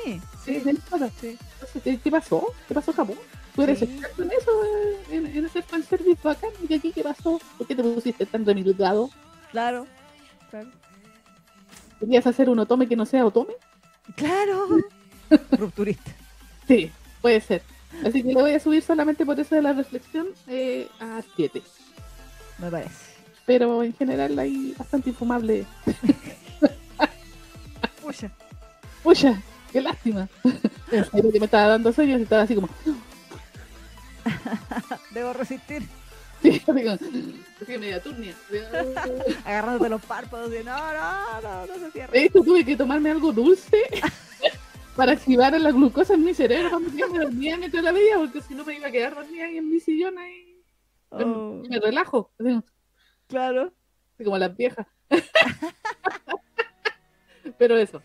Speaker 2: Sí, hay plata.
Speaker 1: sí.
Speaker 2: Entonces, ¿qué, qué pasó? ¿Qué pasó Japón? Tú eres
Speaker 1: Sí.
Speaker 2: experto en eso, eh, en, en ese fanservice bacán. ¿Y aquí qué pasó? ¿Por qué te pusiste tan remilgado?
Speaker 1: claro. Claro.
Speaker 2: ¿Querías hacer un otome que no sea otome?
Speaker 1: Claro. Rupturista.
Speaker 2: Sí, puede ser. Así que le voy a subir solamente por eso de la reflexión eh, a 7.
Speaker 1: Me parece.
Speaker 2: Pero en general hay bastante infumable.
Speaker 1: Pucha.
Speaker 2: ¡Pucha! ¡Qué lástima! En serio que me estaba dando sueños y estaba así como...
Speaker 1: Debo resistir.
Speaker 2: Sí, así como... así media turnia. De
Speaker 1: Agarrándote los párpados y no, no, no, no se cierre.
Speaker 2: hecho tuve que tomarme algo dulce para activar la glucosa en mi cerebro cuando yo me dormía mientras la veía porque si no me iba a quedar dormida ahí en mi sillón ahí.
Speaker 1: Oh,
Speaker 2: Me relajo. Así como-
Speaker 1: claro.
Speaker 2: así como las viejas. Pero eso.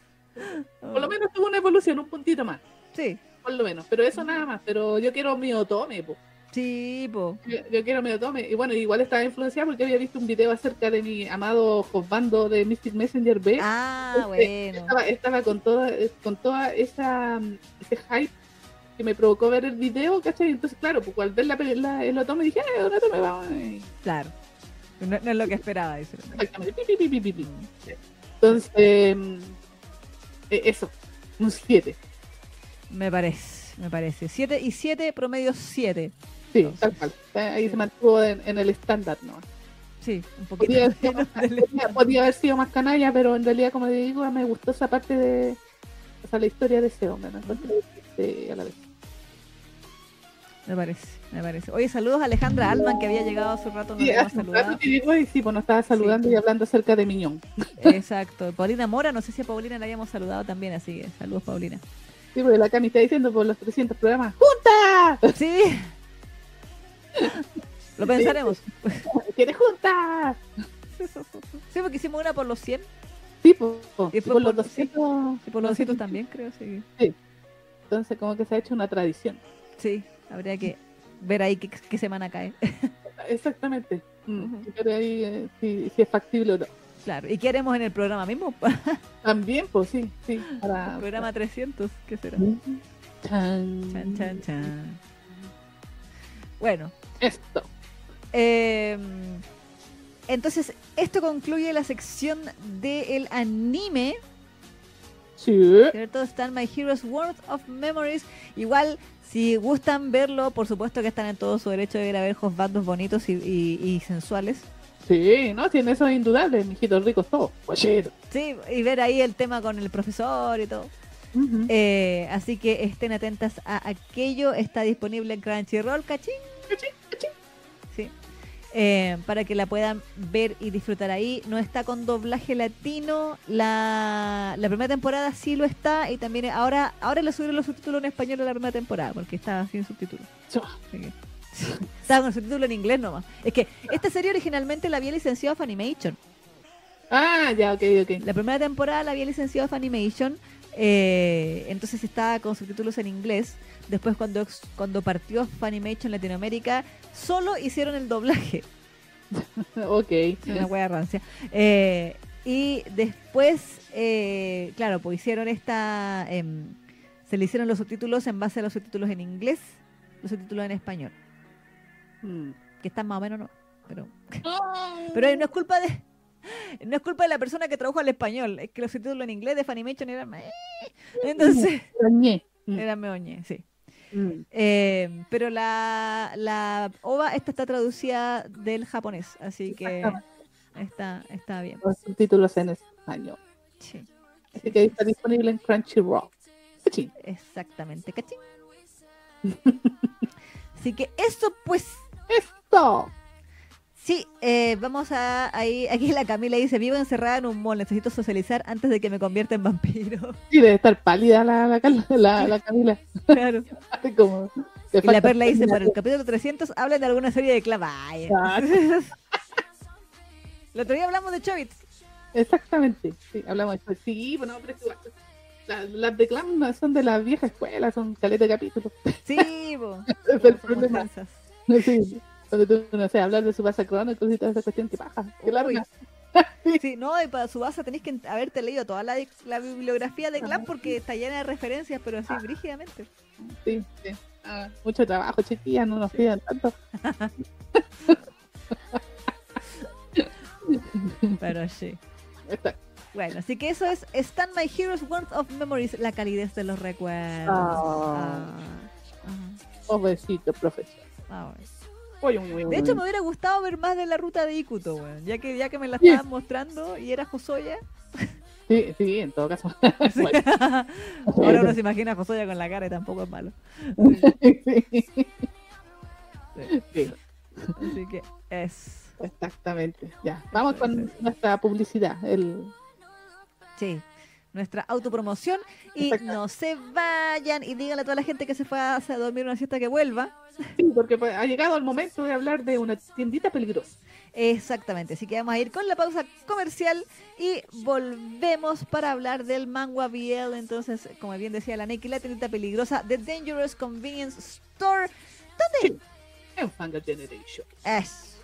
Speaker 2: Por lo
Speaker 1: Oh,
Speaker 2: menos tuvo una evolución, un puntito más.
Speaker 1: Sí,
Speaker 2: Por lo menos. Pero
Speaker 1: Mm.
Speaker 2: eso nada más. Pero yo quiero mi Otome, po.
Speaker 1: sí, po.
Speaker 2: Yo, yo quiero mi Otome. Y bueno, igual estaba influenciada porque había visto un video acerca de mi amado Josbando de Mystic Messenger B.
Speaker 1: Ah,
Speaker 2: Este,
Speaker 1: bueno.
Speaker 2: Estaba, estaba con toda, eh, con toda esa mm, ese hype que me provocó ver el video, ¿cachai? Entonces, claro, pues al ver la, peli- la- el Otome dije, ¡eh, un Otome, vamos! eh".
Speaker 1: Claro. No, no es lo que esperaba, dice.
Speaker 2: Exactamente. Pi, pi, pi, pi, pi. Entonces, mm, eh, eso. Un 7.
Speaker 1: Me parece, me parece. 7 y 7, promedio 7.
Speaker 2: Sí,
Speaker 1: Entonces,
Speaker 2: tal cual. Eh, Ahí
Speaker 1: sí.
Speaker 2: se mantuvo en, en el estándar, ¿no?
Speaker 1: Sí, un poquito.
Speaker 2: podía haber, sido
Speaker 1: menos
Speaker 2: más-
Speaker 1: del-
Speaker 2: podía- podía haber sido más canalla, pero en realidad, como te digo, me gustó esa parte de. O sea, la historia de ese hombre, ¿no? Entonces, este, a la vez.
Speaker 1: Me parece, me parece. Oye, saludos a Alejandra Alman, que había llegado hace un rato, no
Speaker 2: Sí,
Speaker 1: la habíamos
Speaker 2: hace un rato
Speaker 1: saludado.
Speaker 2: que llegó y sí, pues nos estaba saludando
Speaker 1: Sí.
Speaker 2: y hablando acerca de Miñón.
Speaker 1: Exacto. Paulina Mora, no sé si a Paulina la habíamos saludado también, así que saludos, Paulina.
Speaker 2: pues, Sí, porque la Cami está diciendo por los 300 programas. ¡Junta!
Speaker 1: Sí. Lo pensaremos.
Speaker 2: ¿Quieres juntar?
Speaker 1: Sí, porque hicimos una por los 100
Speaker 2: Tipo,
Speaker 1: Y
Speaker 2: pues, y
Speaker 1: fue
Speaker 2: por los
Speaker 1: por- sí.
Speaker 2: 200.
Speaker 1: y por los 200 también, creo, sí.
Speaker 2: Entonces, como que se ha hecho una tradición.
Speaker 1: Sí, habría que ver ahí qué, qué semana cae.
Speaker 2: Exactamente. Mm,
Speaker 1: Ujú.
Speaker 2: Pero ahí, eh, si, si es factible o no.
Speaker 1: Claro, ¿y qué haremos en el programa mismo?
Speaker 2: También, pues sí, sí. Para,
Speaker 1: El programa 300, ¿qué será?
Speaker 2: Chan.
Speaker 1: Chan, chan, chan. Bueno,
Speaker 2: Esto.
Speaker 1: eh, entonces esto concluye la sección del anime,
Speaker 2: Sí.
Speaker 1: ¿cierto? Están My Heroes World of Memories. Igual, si gustan verlo, por supuesto que están en todo su derecho de ir a ver bandos bonitos y, y- y sensuales.
Speaker 2: Sí, no, tiene eso es indudable, mijitos ricos todos. Guachito.
Speaker 1: Sí, y ver ahí el tema con el profesor y todo.
Speaker 2: Ujú.
Speaker 1: Eh, así que estén atentas a aquello. Está disponible en Crunchyroll, cachín.
Speaker 2: Cachín, cachín.
Speaker 1: Sí. Eh, para que la puedan ver y disfrutar ahí. No está con doblaje latino. La, la primera temporada sí lo está. Y también ahora, ahora le subieron los subtítulos en español a la primera temporada. Porque estaba sin subtítulos.
Speaker 2: So.
Speaker 1: Así que- Estaba con subtítulos en inglés nomás. Es que esta serie originalmente la había licenciado Funimation.
Speaker 2: Ah, ya, ok, ok.
Speaker 1: La primera temporada la había licenciado Funimation, eh, entonces estaba con subtítulos en inglés. Después cuando, ex- cuando partió Funimation Latinoamérica, solo hicieron el doblaje.
Speaker 2: Ok.
Speaker 1: Una wea rancia. Eh, y después, eh, claro, pues hicieron esta... em, se le hicieron los subtítulos en base a los subtítulos en inglés, los subtítulos en español,
Speaker 2: Mm.
Speaker 1: que están más o menos no. Pero, pero eh, no es culpa de... No es culpa de la persona que tradujo al español, es que los subtítulos en inglés de Funimation eran... eh, Entonces...
Speaker 2: Extrañé. Mm.
Speaker 1: Era Meoñe, sí.
Speaker 2: Mm.
Speaker 1: Eh, pero la, la OVA, esta está traducida del japonés, así que
Speaker 2: Exactamente.
Speaker 1: está, está bien.
Speaker 2: Los subtítulos en español.
Speaker 1: Sí,
Speaker 2: Así que ahí está disponible en Crunchyroll. Cachín.
Speaker 1: exactamente, ¿cachín? así que eso pues,
Speaker 2: Esto.
Speaker 1: sí, eh, vamos a ahí, aquí la Camila dice, vivo encerrada en un mall, necesito socializar antes de que me convierta en vampiro.
Speaker 2: Sí, debe estar pálida la, la, Carla- la, la Camila.
Speaker 1: claro.
Speaker 2: Así como. le
Speaker 1: Y la
Speaker 2: falta
Speaker 1: Perla dice,
Speaker 2: terminar
Speaker 1: para el capítulo 300 hablan de alguna serie de clavaya.
Speaker 2: de- Ah,
Speaker 1: El otro día hablamos de Chobits.
Speaker 2: Ah, Exactamente. Sí, hablamos después. Sí, bueno, pero es que igual, la- Las de Clam no son de la vieja escuela, son caleta de capítulos.
Speaker 1: Sí, bo.
Speaker 2: Es el
Speaker 1: Somos
Speaker 2: problema.
Speaker 1: cansas.
Speaker 2: Sí, cuando tú, no sé, hablar de su base crónica y toda esa cuestión que paja. Qué larga.
Speaker 1: Sí, no, y para su base tenés que haberte leído toda la, la bibliografía de Clan porque está llena de referencias, pero así, brígidamente.
Speaker 2: Sí, sí. Ah, mucho trabajo, chiquillas, no nos pidan tanto.
Speaker 1: Pero sí.
Speaker 2: Está-
Speaker 1: Bueno, así que eso es Stand My Heroes World of Memories, la calidez de los recuerdos.
Speaker 2: Ah.
Speaker 1: Ah,
Speaker 2: Pobrecito, profesor.
Speaker 1: ajá, ah, bueno.
Speaker 2: Uy, uy, uy, uy.
Speaker 1: De hecho, me hubiera gustado ver más de la ruta de Ikuto, weón, ya que ya que me la
Speaker 2: Sí.
Speaker 1: estaban mostrando y era Josoya.
Speaker 2: sí, sí, en todo caso. Bueno,
Speaker 1: Ahora uno se imagina a Josoya con la cara y tampoco es malo.
Speaker 2: sí. Sí,
Speaker 1: Así que es.
Speaker 2: exactamente. Ya, vamos con nuestra publicidad. El...
Speaker 1: Sí, nuestra autopromoción. Y
Speaker 2: Exacto.
Speaker 1: no se vayan y díganle a toda la gente que se fue a, a dormir una siesta que vuelva.
Speaker 2: Sí, porque pues, ha llegado el momento de hablar de una tiendita peligrosa.
Speaker 1: Exactamente, así que vamos a ir con la pausa comercial y volvemos para hablar del manga BL. Entonces, como bien decía la Neki, la tiendita peligrosa de Dangerous Convenience Store.
Speaker 2: En Fanga Generation.
Speaker 1: Es.